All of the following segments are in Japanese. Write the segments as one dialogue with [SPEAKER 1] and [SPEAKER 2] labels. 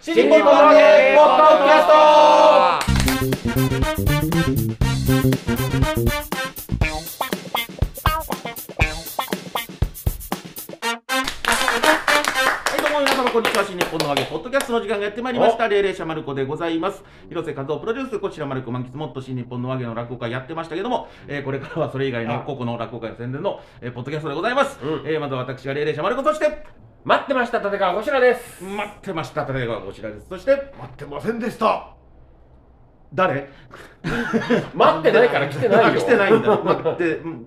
[SPEAKER 1] 新日本の芸ポッドキャストはい、どうも皆様、こんにちは。新日本の揚げ、ポッドキャストの時間がやってまいりました。霊霊者マルコでございます。広瀬和夫プロデュース、こちらマルコ満喫もっと新日本の揚げの落語会やってましたけども、えーこれからはそれ以外の個々の落語会の宣伝の、えーポッドキャストでございます。
[SPEAKER 2] うん
[SPEAKER 1] えーまずは私が霊霊者マルコとして、
[SPEAKER 2] 待ってました立川こしらです
[SPEAKER 1] 待ってました。例えばこちらです。そして、
[SPEAKER 3] 待ってませんでした
[SPEAKER 1] 誰
[SPEAKER 2] 待ってないから来てない
[SPEAKER 1] あ
[SPEAKER 2] よ
[SPEAKER 1] 来てないん だ。待って、うん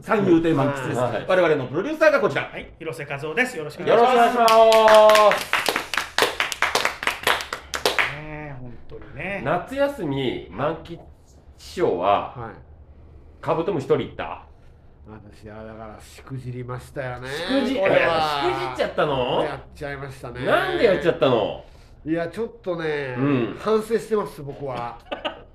[SPEAKER 1] 三遊亭満喫です。
[SPEAKER 2] はい
[SPEAKER 1] 我々のプロデューサーがこちら。はい
[SPEAKER 4] はい、広瀬和夫です。よろしくお
[SPEAKER 2] よ
[SPEAKER 4] 願い
[SPEAKER 2] ろ
[SPEAKER 4] し
[SPEAKER 2] しくお
[SPEAKER 4] ま
[SPEAKER 2] 願いします
[SPEAKER 4] す。ねえ、本当にね。
[SPEAKER 2] 夏休み満喫師匠は
[SPEAKER 3] はい
[SPEAKER 2] カブトムシ取り行った
[SPEAKER 3] 私はだからしくじりましたよね
[SPEAKER 2] しくじい
[SPEAKER 3] これは
[SPEAKER 2] やしくじっちゃったの
[SPEAKER 3] やっちゃいましたね
[SPEAKER 2] なんでやっちゃったの
[SPEAKER 3] いやちょっとね、
[SPEAKER 2] うん
[SPEAKER 3] 反省してます僕は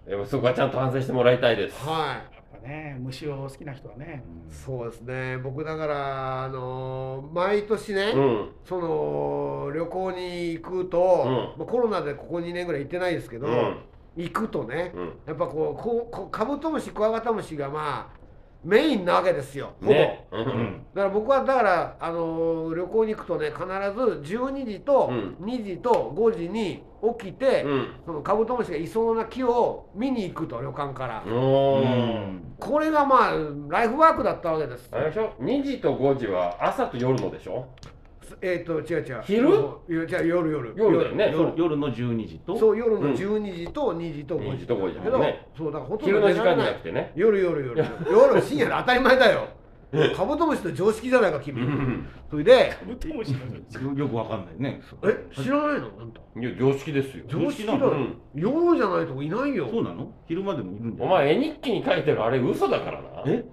[SPEAKER 2] でもそこはちゃんと反省してもらいたいです
[SPEAKER 3] は
[SPEAKER 4] やっぱね、虫を好きな人はね。
[SPEAKER 3] いそうですね僕だからあのー毎年ね、
[SPEAKER 2] うん
[SPEAKER 3] その旅行に行くと、
[SPEAKER 2] うん
[SPEAKER 3] まあコロナでここ2年ぐらい行ってないですけど、
[SPEAKER 2] うん
[SPEAKER 3] 行くとね、
[SPEAKER 2] うん
[SPEAKER 3] やっぱこうこうこうカブトムシクワガタムシがまあメインなわけですよほぼ、
[SPEAKER 2] ねうんうん
[SPEAKER 3] だから僕はだから、あのー旅行に行くとね必ず12時と
[SPEAKER 2] う
[SPEAKER 3] 2時と5時に起きて、
[SPEAKER 2] うん
[SPEAKER 3] そのカブトムシがいそうな木を見に行くと旅館から、
[SPEAKER 2] お
[SPEAKER 1] う
[SPEAKER 2] ー
[SPEAKER 1] ん
[SPEAKER 3] これがまあライフワークだったわけです
[SPEAKER 2] あれでしょ2時と5時は朝と夜のでしょ
[SPEAKER 3] えっ、と違う違う
[SPEAKER 2] 昼
[SPEAKER 3] 昼じゃあ夜夜
[SPEAKER 2] 夜だよね
[SPEAKER 1] 夜夜の12時と、
[SPEAKER 3] そう夜
[SPEAKER 2] うん
[SPEAKER 3] の12時と2時と5
[SPEAKER 2] 2
[SPEAKER 3] 時
[SPEAKER 2] 時と5時
[SPEAKER 3] だ
[SPEAKER 2] だも
[SPEAKER 3] けど、
[SPEAKER 2] んね
[SPEAKER 3] そうだからほとん
[SPEAKER 2] 昼
[SPEAKER 3] ど
[SPEAKER 2] の
[SPEAKER 3] 寝
[SPEAKER 2] 時間
[SPEAKER 3] られ
[SPEAKER 2] じ
[SPEAKER 3] な
[SPEAKER 2] ゃないくてね
[SPEAKER 3] 夜夜夜 夜深夜の当たり前だよカブトムシの常識じゃないか
[SPEAKER 2] う
[SPEAKER 3] 君
[SPEAKER 2] ん
[SPEAKER 3] それで
[SPEAKER 4] カブトムシの
[SPEAKER 1] よよくわかんないね。
[SPEAKER 3] え知らないのあんた
[SPEAKER 2] いや常識ですよ
[SPEAKER 3] 常識だ
[SPEAKER 1] 常識な
[SPEAKER 3] よ、
[SPEAKER 1] の
[SPEAKER 2] うん
[SPEAKER 3] 夜じゃないとこいないよ
[SPEAKER 1] そうなの昼間でもいるんだ
[SPEAKER 2] お
[SPEAKER 1] よ。
[SPEAKER 2] 前絵日記に書いてるあれ嘘だからな
[SPEAKER 1] え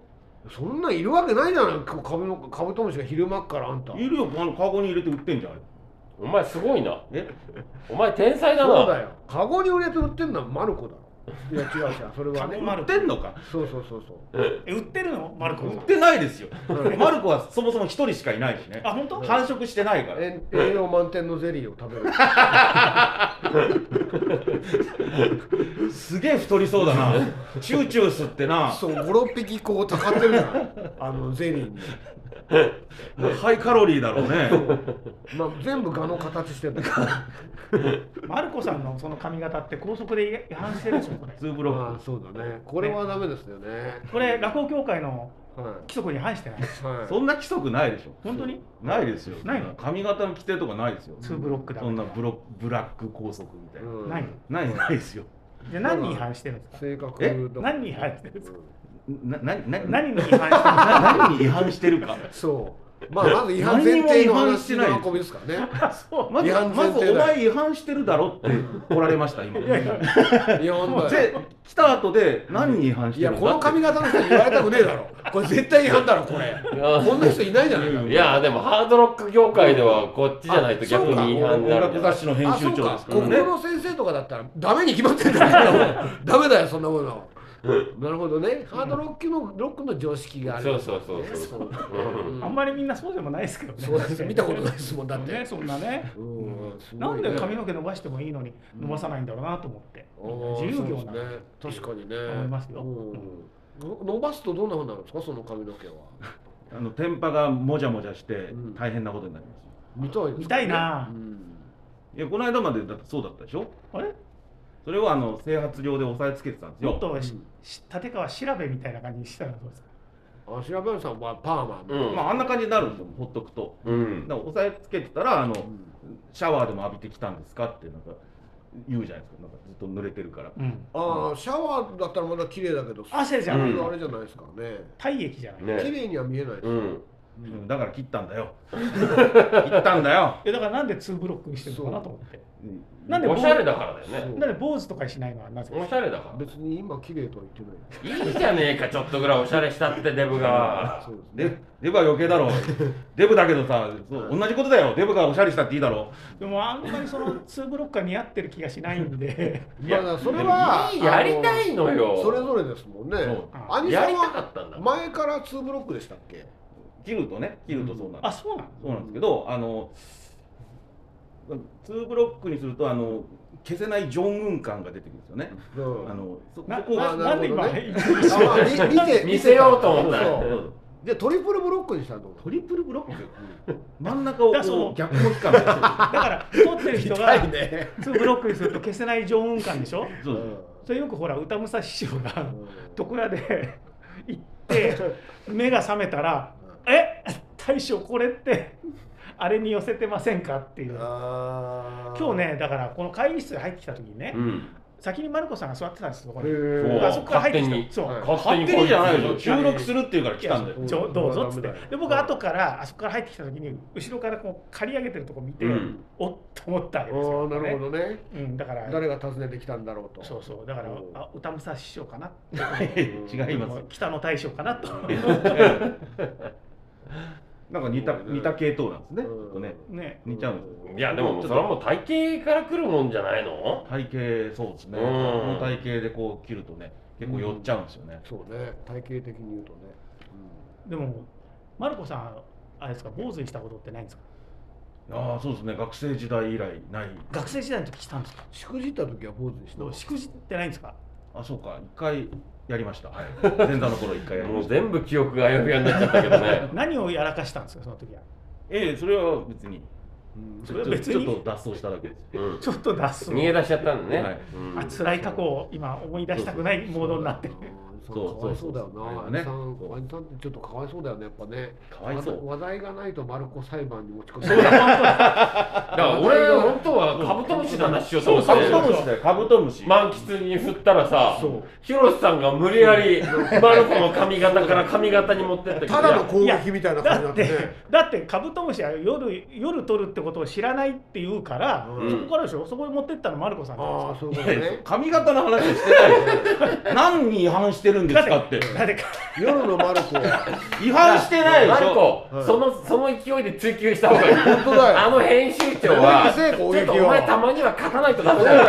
[SPEAKER 3] そんなんいるわけないじゃないカブのカブトムシが昼間っからあんた
[SPEAKER 1] いるよ、あの、カゴに入れて売ってんじゃん。あれ
[SPEAKER 2] お前すごいな
[SPEAKER 1] え
[SPEAKER 2] お前天才だ
[SPEAKER 3] そう
[SPEAKER 2] な
[SPEAKER 3] だよカゴに売れて売ってんのはマルコだろいや違う違うそれは
[SPEAKER 4] カゴ
[SPEAKER 3] ね
[SPEAKER 4] マ
[SPEAKER 1] 売
[SPEAKER 4] ル
[SPEAKER 1] っ
[SPEAKER 4] コ
[SPEAKER 1] て。んのか
[SPEAKER 3] そうそうそうそう
[SPEAKER 4] え、売ってるの、マルコ
[SPEAKER 1] 売。ってないですよ。マルコはそもそも一人しかいないしね。
[SPEAKER 4] あ、本当。
[SPEAKER 1] 繁殖してないから。
[SPEAKER 3] え栄養満点のゼリーを食べる
[SPEAKER 1] すげえ太りそうだ な。チューチュー吸ってな。
[SPEAKER 3] そう56匹こうたかってるじゃんあのゼリーに
[SPEAKER 1] ハイカロリーだろうね。
[SPEAKER 3] まあ、全部蛾の形してるんだあ
[SPEAKER 4] マルコさんのその髪型って高速で違反してるでしょこれ。
[SPEAKER 1] ツーブロッ
[SPEAKER 3] あそうだねこれはダメですよね
[SPEAKER 4] これ、落語協会の
[SPEAKER 3] は
[SPEAKER 4] 規則に反してない。
[SPEAKER 3] い、は
[SPEAKER 1] ク。
[SPEAKER 3] い、
[SPEAKER 1] そんな規則ないでしょ。
[SPEAKER 4] 本当に。
[SPEAKER 1] ないですよ。
[SPEAKER 4] ないの
[SPEAKER 1] 髪型の規定とかないですよ。
[SPEAKER 4] ツーブロックだ。
[SPEAKER 1] そんなブロブラック拘束みたいな。
[SPEAKER 3] うん
[SPEAKER 4] ない。
[SPEAKER 1] ないないですよ。
[SPEAKER 4] じゃ、何に違反してるんですか。
[SPEAKER 3] 性格
[SPEAKER 1] え
[SPEAKER 3] とか
[SPEAKER 4] 何に違反してるんですか。
[SPEAKER 1] な、な、な、な、
[SPEAKER 4] 何に違反してるんで
[SPEAKER 1] 何に違反してるか。
[SPEAKER 3] そうまあまず違反前提の
[SPEAKER 1] 何にも違反して
[SPEAKER 3] 話
[SPEAKER 1] ない
[SPEAKER 3] の運びですからね
[SPEAKER 4] すか。そう。
[SPEAKER 1] まず、
[SPEAKER 3] 違反
[SPEAKER 1] ま
[SPEAKER 3] 前
[SPEAKER 1] ず
[SPEAKER 3] 提だよ
[SPEAKER 1] お前違反してるだろって来られました、今。
[SPEAKER 4] いやいや
[SPEAKER 3] 違反だよ
[SPEAKER 1] で、来た後で何に違反し
[SPEAKER 3] い
[SPEAKER 1] てる
[SPEAKER 3] や
[SPEAKER 1] んだ
[SPEAKER 3] この髪型の人に言われたくねえだろこれ絶対違反だろこれ
[SPEAKER 2] いや
[SPEAKER 3] こんな人いないじゃないか
[SPEAKER 2] いやでもハードロック業界ではこっちじゃないと逆に違反に
[SPEAKER 1] 音
[SPEAKER 2] な
[SPEAKER 1] 楽
[SPEAKER 2] るじゃない
[SPEAKER 1] 雑誌の編
[SPEAKER 3] あ
[SPEAKER 1] 集
[SPEAKER 3] そう
[SPEAKER 1] 長で
[SPEAKER 3] か
[SPEAKER 1] すか
[SPEAKER 3] 国
[SPEAKER 1] ら
[SPEAKER 3] 語
[SPEAKER 1] ね。
[SPEAKER 3] の先生とかだったらダメに決まってんだからダメだよそんなものなるほどねハードロックのロックの常識がある
[SPEAKER 2] そうそうそうそう
[SPEAKER 3] そう
[SPEAKER 2] うん
[SPEAKER 4] あんまりみんなそうでもないですけどね。
[SPEAKER 3] そうです見たことないですもんだっ
[SPEAKER 4] ね、
[SPEAKER 3] て
[SPEAKER 4] そんなね。
[SPEAKER 3] うんすごいね
[SPEAKER 4] なんで髪の毛伸ばしてもいいのに伸ばさないんだろうなと思って、自由業なん
[SPEAKER 3] あーそう
[SPEAKER 4] で
[SPEAKER 3] ですね確かにね
[SPEAKER 4] 思いますよ
[SPEAKER 3] うんの伸ばすとどんなふうになるんですかその髪の毛は
[SPEAKER 1] あの天パがもじゃもじゃして
[SPEAKER 3] うん
[SPEAKER 1] 大変なことになりますよ。
[SPEAKER 3] 見たいですね
[SPEAKER 4] 見たいな
[SPEAKER 3] うん
[SPEAKER 1] いやこの間までだってそうだったでしょ。
[SPEAKER 4] あれ
[SPEAKER 1] それをあの整髪料で押さえつけてたんです
[SPEAKER 4] もっ
[SPEAKER 1] よ。
[SPEAKER 4] とし、し立川調べみたいな感じにしたらどうですか
[SPEAKER 3] あ白山さんはパーマ
[SPEAKER 2] う
[SPEAKER 3] の
[SPEAKER 2] ん
[SPEAKER 1] まああんな感じになるんですよ。ほっとくと。
[SPEAKER 2] うん
[SPEAKER 1] だから押さえつけてたらあの
[SPEAKER 3] ん
[SPEAKER 1] シャワーでも浴びてきたんですかってなんか言うじゃないですか。なんかずっと濡れてるから。
[SPEAKER 4] うん
[SPEAKER 3] ああシャワーだったらまだ綺麗だけど
[SPEAKER 4] 汗じゃ
[SPEAKER 2] な
[SPEAKER 4] ないい、
[SPEAKER 3] あれじゃないですからね
[SPEAKER 4] 体液じゃない、
[SPEAKER 2] ね
[SPEAKER 3] 綺麗には見えないです、
[SPEAKER 2] うん
[SPEAKER 1] うんだから切ったんだよ。切ったんだよ。
[SPEAKER 4] いやだからなんで2ブロックにしてるのかなと思って
[SPEAKER 1] うん
[SPEAKER 4] なんで
[SPEAKER 2] おしゃれだからだよね
[SPEAKER 4] なんで坊主とかにしないのはなぜ
[SPEAKER 2] おしゃれだか
[SPEAKER 3] 別に今綺麗とは言って
[SPEAKER 2] ら
[SPEAKER 3] ない
[SPEAKER 2] いいじゃねえかちょっとぐらいおしゃれしたってデブが
[SPEAKER 3] そうですね
[SPEAKER 1] デデブは余計だろう。デブだけどさ、そう同じことだよ。デブがおしゃれしたっていいだろ
[SPEAKER 4] でもあんまりその2ブロックが似合ってる気がしないんで
[SPEAKER 2] い
[SPEAKER 3] まあだからそれは
[SPEAKER 2] でもいいやりたいの
[SPEAKER 3] あ
[SPEAKER 2] よ
[SPEAKER 3] のそれぞれですもんね
[SPEAKER 1] そう
[SPEAKER 3] 兄さ
[SPEAKER 2] や
[SPEAKER 3] ん
[SPEAKER 2] りたか
[SPEAKER 3] は
[SPEAKER 2] ったんだ
[SPEAKER 3] 前から2ブロックでしたっけ
[SPEAKER 1] う。切るとね、切るとそうなんです
[SPEAKER 4] あそうなの
[SPEAKER 1] そうなんですけど、あのツーブロックにするとあの消せないジョンウン感が出てくるんですよね。
[SPEAKER 3] うん
[SPEAKER 1] あのそそ
[SPEAKER 4] な
[SPEAKER 1] こ
[SPEAKER 4] な
[SPEAKER 1] が
[SPEAKER 3] あ
[SPEAKER 4] なんで今
[SPEAKER 3] なる
[SPEAKER 4] 一緒
[SPEAKER 3] あまあみ見て
[SPEAKER 2] 見せようと思った
[SPEAKER 3] そう
[SPEAKER 1] う
[SPEAKER 3] そうんでトリプルブロックにしたらどう
[SPEAKER 1] トリプルブロック真ん中を
[SPEAKER 4] だからそ
[SPEAKER 1] こ
[SPEAKER 4] の
[SPEAKER 1] う逆向き感が
[SPEAKER 4] だから撮ってる人が
[SPEAKER 3] 痛いね、
[SPEAKER 4] ツーブロックにすると消せない常温感でしょ
[SPEAKER 1] 出てるそうです
[SPEAKER 4] それよくほら歌武蔵師匠が
[SPEAKER 3] うん
[SPEAKER 4] 床屋で 行って目が覚めたら「え大将これってあれに寄せてませんか?」っていう
[SPEAKER 3] あー
[SPEAKER 4] 今日ねだからこの会議室に入ってきた時にね、
[SPEAKER 2] うん。
[SPEAKER 4] 先にマルコさんが座ってたんですそこ
[SPEAKER 3] へ
[SPEAKER 4] に。
[SPEAKER 2] そう
[SPEAKER 3] ー
[SPEAKER 4] あそこから入ってき
[SPEAKER 2] 勝手に
[SPEAKER 4] たそう、
[SPEAKER 3] はい
[SPEAKER 1] 勝手にじゃないで
[SPEAKER 2] こいつ
[SPEAKER 1] しょ収録するっていうから来たんだよ
[SPEAKER 4] いやちょどうぞっつって
[SPEAKER 3] うん
[SPEAKER 4] で僕後からあそこから入ってきた時に後ろからこう刈り上げてるとこ見て、
[SPEAKER 2] うん
[SPEAKER 4] おっと思ったわ
[SPEAKER 3] あ
[SPEAKER 4] けですよ、
[SPEAKER 3] ーなるほどね
[SPEAKER 4] ど、うん、だから
[SPEAKER 3] 誰が訪ねてきたんだろうと
[SPEAKER 4] そうそうだから
[SPEAKER 3] うん
[SPEAKER 4] あ歌武蔵師匠かな
[SPEAKER 1] 違います
[SPEAKER 4] 北の大将かなと
[SPEAKER 1] なんか似た似た系統なんですね。
[SPEAKER 3] う
[SPEAKER 1] ち
[SPEAKER 3] ん
[SPEAKER 1] ょっとね
[SPEAKER 4] ね
[SPEAKER 1] 似ちゃうんです
[SPEAKER 2] いやでもそれはもう体型から来るもんじゃないの？
[SPEAKER 1] 体型そうですね。
[SPEAKER 2] うん
[SPEAKER 1] この体型でこう切るとね結構寄っちゃうんですよね。
[SPEAKER 3] そうね体型的に言うとね、
[SPEAKER 4] でもマルコさんあれですか坊主にしたことってないんですか
[SPEAKER 1] ああそうですね学生時代以来ない。
[SPEAKER 4] 学生時代の時したんですか
[SPEAKER 3] しくじった時は坊主にした
[SPEAKER 4] どうしくじってないんですか
[SPEAKER 1] あそうか一回やりました。はい。前座の頃一回やり
[SPEAKER 2] も
[SPEAKER 1] ま
[SPEAKER 2] う
[SPEAKER 1] した。
[SPEAKER 2] 全部記憶があやふやになっちゃったけ どね。
[SPEAKER 4] 何をやらかしたんですかその時は
[SPEAKER 1] ええそれは別に
[SPEAKER 3] うん
[SPEAKER 1] ち
[SPEAKER 4] そ
[SPEAKER 1] ょ
[SPEAKER 4] れは
[SPEAKER 1] ちょ
[SPEAKER 4] 別
[SPEAKER 1] ち
[SPEAKER 4] に
[SPEAKER 1] ょっと脱走しただけです。
[SPEAKER 2] うん。
[SPEAKER 4] ちょっと脱走
[SPEAKER 2] 逃げ出しちゃったんだね。
[SPEAKER 1] はい
[SPEAKER 2] うん
[SPEAKER 4] あ辛い過去を今思い出したくないモードになって
[SPEAKER 3] そ
[SPEAKER 1] そう
[SPEAKER 3] うかわいそうだよ
[SPEAKER 1] そうそうそう
[SPEAKER 3] な、兄さん
[SPEAKER 1] そう
[SPEAKER 3] 兄さんってちょっとかわいそうだよねやっぱね
[SPEAKER 1] かわいそう。
[SPEAKER 3] 話題がないとマルコ裁判に持ち込む
[SPEAKER 2] そうだ。だから俺本当はカブトムシの話しようと思って。
[SPEAKER 1] カブトムシだよカブトムシ。
[SPEAKER 2] 満喫に振ったらさ
[SPEAKER 3] そう、
[SPEAKER 2] ヒロシさんが無理やりマルコの髪型から髪型に持ってって
[SPEAKER 3] ただの
[SPEAKER 2] いや
[SPEAKER 3] 攻撃みたいな感じ
[SPEAKER 4] だ
[SPEAKER 3] な
[SPEAKER 4] っ
[SPEAKER 3] んで
[SPEAKER 4] て
[SPEAKER 3] ね
[SPEAKER 4] だってカブトムシは夜夜取るってことを知らないって言うから、
[SPEAKER 3] うん
[SPEAKER 4] そこからでしょそこに持ってったのマルコさんなん
[SPEAKER 3] あ
[SPEAKER 4] で
[SPEAKER 3] あ
[SPEAKER 4] す
[SPEAKER 3] そう
[SPEAKER 4] よ
[SPEAKER 3] いうこと
[SPEAKER 1] いや
[SPEAKER 3] ね
[SPEAKER 1] 髪型の話をしてないよ。何に違反してるんですかって。
[SPEAKER 4] だって
[SPEAKER 3] 夜のマルコは
[SPEAKER 1] 違反してないで
[SPEAKER 2] マ
[SPEAKER 1] し
[SPEAKER 2] ル
[SPEAKER 1] ょ。
[SPEAKER 2] コ
[SPEAKER 3] はい、
[SPEAKER 2] そのその勢いで追求した方がいい。
[SPEAKER 3] 本当だよ
[SPEAKER 2] あの編集長
[SPEAKER 3] や
[SPEAKER 2] は、
[SPEAKER 3] めて攻撃を
[SPEAKER 2] ちょっとお前たまには勝たないとダメだよ。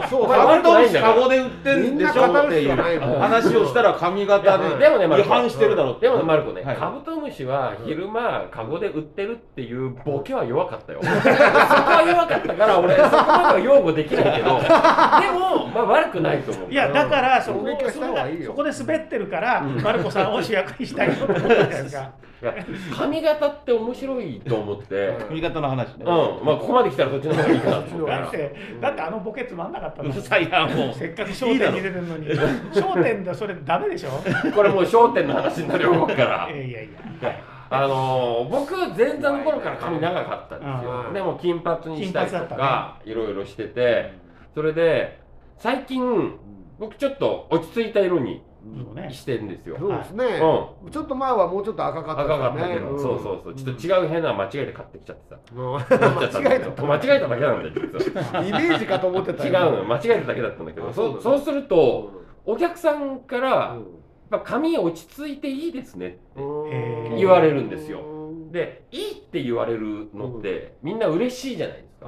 [SPEAKER 2] うん
[SPEAKER 3] そう
[SPEAKER 2] お前
[SPEAKER 1] カブ
[SPEAKER 2] 悪く
[SPEAKER 1] ト
[SPEAKER 2] な
[SPEAKER 1] ム
[SPEAKER 2] いん
[SPEAKER 1] シ
[SPEAKER 2] だ
[SPEAKER 1] カ
[SPEAKER 2] か
[SPEAKER 1] ゴで売ってんでしょっていう話をしたら髪型
[SPEAKER 2] ら。
[SPEAKER 1] で
[SPEAKER 2] でもね、マル
[SPEAKER 1] 違
[SPEAKER 2] コ
[SPEAKER 1] 反してるだろうって
[SPEAKER 2] でもね、マルコね、
[SPEAKER 1] はい
[SPEAKER 2] カブトムシは昼間、カゴで売ってるっていうボケは弱かったよ。 そこは弱かったから、俺、そこまでは擁護できないけど、でも、まあ悪くないと思う。
[SPEAKER 4] いやだからそこ
[SPEAKER 3] 攻撃はした方がいいよ
[SPEAKER 4] そこで滑ってるから、
[SPEAKER 2] うん
[SPEAKER 4] マルコさんを主役にしたいと思ったじゃないですか
[SPEAKER 2] いや髪型って面白いと思って、
[SPEAKER 1] 髪型の話
[SPEAKER 2] う
[SPEAKER 1] ね
[SPEAKER 2] ん、まあここまで来たらそっちの方がいいかなと思うか
[SPEAKER 4] だっ
[SPEAKER 2] ら。
[SPEAKER 4] てだってあのボケつまんなかった
[SPEAKER 1] う
[SPEAKER 4] の
[SPEAKER 1] るさいなもう
[SPEAKER 4] せっかく『笑点』に出てるのに『笑点』でそれダメでしょ
[SPEAKER 2] これもう焦点の話になるよ、ここから
[SPEAKER 4] い。やいやいや
[SPEAKER 2] あのー僕前座の頃から髪長かったんです
[SPEAKER 3] う
[SPEAKER 2] よ
[SPEAKER 3] ん
[SPEAKER 2] でも金髪にしたりと
[SPEAKER 4] 金髪だ
[SPEAKER 2] かいろいろしててそれで最近僕ちょっと落ち着いた色に
[SPEAKER 4] そうね
[SPEAKER 2] してんですよ、
[SPEAKER 3] そうですね、
[SPEAKER 2] うん、
[SPEAKER 3] ちょっと前はもうちょっと赤かった
[SPEAKER 2] 赤かったけど、そうそうそうちょっと違う変な間違えて買ってきちゃってさ
[SPEAKER 3] うん
[SPEAKER 2] 買っちゃったんだ
[SPEAKER 3] 間違
[SPEAKER 2] け
[SPEAKER 3] え
[SPEAKER 2] ど
[SPEAKER 3] た
[SPEAKER 2] 間違えただけなんだよ実は
[SPEAKER 3] イメージかと思ってた
[SPEAKER 2] 違う
[SPEAKER 3] よ
[SPEAKER 2] の間違えただけだったんだけど
[SPEAKER 3] あ
[SPEAKER 2] そ
[SPEAKER 3] そうう
[SPEAKER 2] そうするとお客さんから
[SPEAKER 3] う
[SPEAKER 2] やっ
[SPEAKER 3] ん
[SPEAKER 2] ぱ髪落ち着いていいですねって
[SPEAKER 4] えー
[SPEAKER 2] 言われるんですよ
[SPEAKER 3] うん
[SPEAKER 2] でいいって言われるのってみんな嬉しいじゃないですか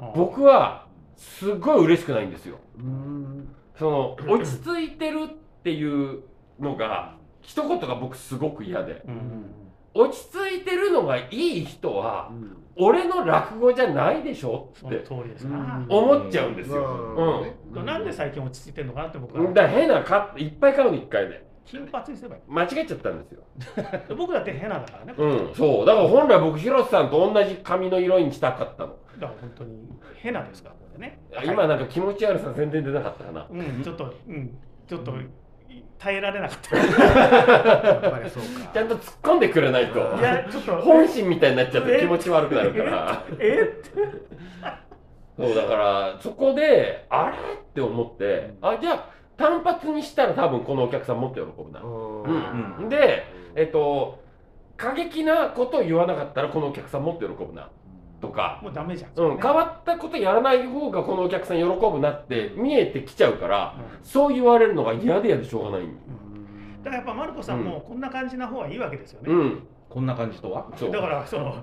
[SPEAKER 4] うん
[SPEAKER 2] 僕はすごい嬉しくないんですよ
[SPEAKER 3] うん
[SPEAKER 2] その落ち着いてるっていうのが一言が僕すごく嫌で
[SPEAKER 4] うん
[SPEAKER 2] 落ち着いてるのがいい人は
[SPEAKER 3] うん
[SPEAKER 2] 俺の落語じゃないでしょ
[SPEAKER 4] そ
[SPEAKER 2] っ
[SPEAKER 4] の
[SPEAKER 2] て
[SPEAKER 4] 通りですな
[SPEAKER 3] うん
[SPEAKER 2] 思っちゃうんですよ、
[SPEAKER 3] まあ
[SPEAKER 2] うん
[SPEAKER 3] ね
[SPEAKER 4] なんで最近落ち着いてるのかなって僕
[SPEAKER 2] だ
[SPEAKER 4] は
[SPEAKER 2] から変なかいっぱい買うの1回で
[SPEAKER 4] 金髪にすれ ばい
[SPEAKER 2] 間違えちゃったんですよ
[SPEAKER 4] い僕だって変なだからね
[SPEAKER 2] うんそうだから本来僕広瀬さんと同じ髪の色にしたかったの
[SPEAKER 4] だから本当に変なですからこれね
[SPEAKER 2] 今なんか気持ち悪さ全然出なかったかな
[SPEAKER 4] うんちょっとうんちょっと耐えられな かった
[SPEAKER 3] やっぱりそうか
[SPEAKER 2] ちゃんと突っ込んでくれないと
[SPEAKER 4] いやちょっと
[SPEAKER 2] 本心みたいになっちゃって気持ち悪くなるから
[SPEAKER 4] えって
[SPEAKER 2] そうだからそこであれって思ってあじゃあ単発にしたら多分このお客さんもっと喜ぶな、
[SPEAKER 1] ん
[SPEAKER 2] うん、でえっと過激なことを言わなかったらこのお客さんもっと喜ぶなとか、
[SPEAKER 4] もうダメじゃん
[SPEAKER 2] うん、変わったことやらない方がこのお客さん喜ぶなって見えてきちゃうからそう言われるのが嫌で嫌でしょうがないんだよ
[SPEAKER 4] だからやっぱマルコさんもこんな感じな方がいいわけですよ
[SPEAKER 2] う
[SPEAKER 4] ね
[SPEAKER 2] ん
[SPEAKER 1] こんな感じとは
[SPEAKER 2] そう
[SPEAKER 4] だからその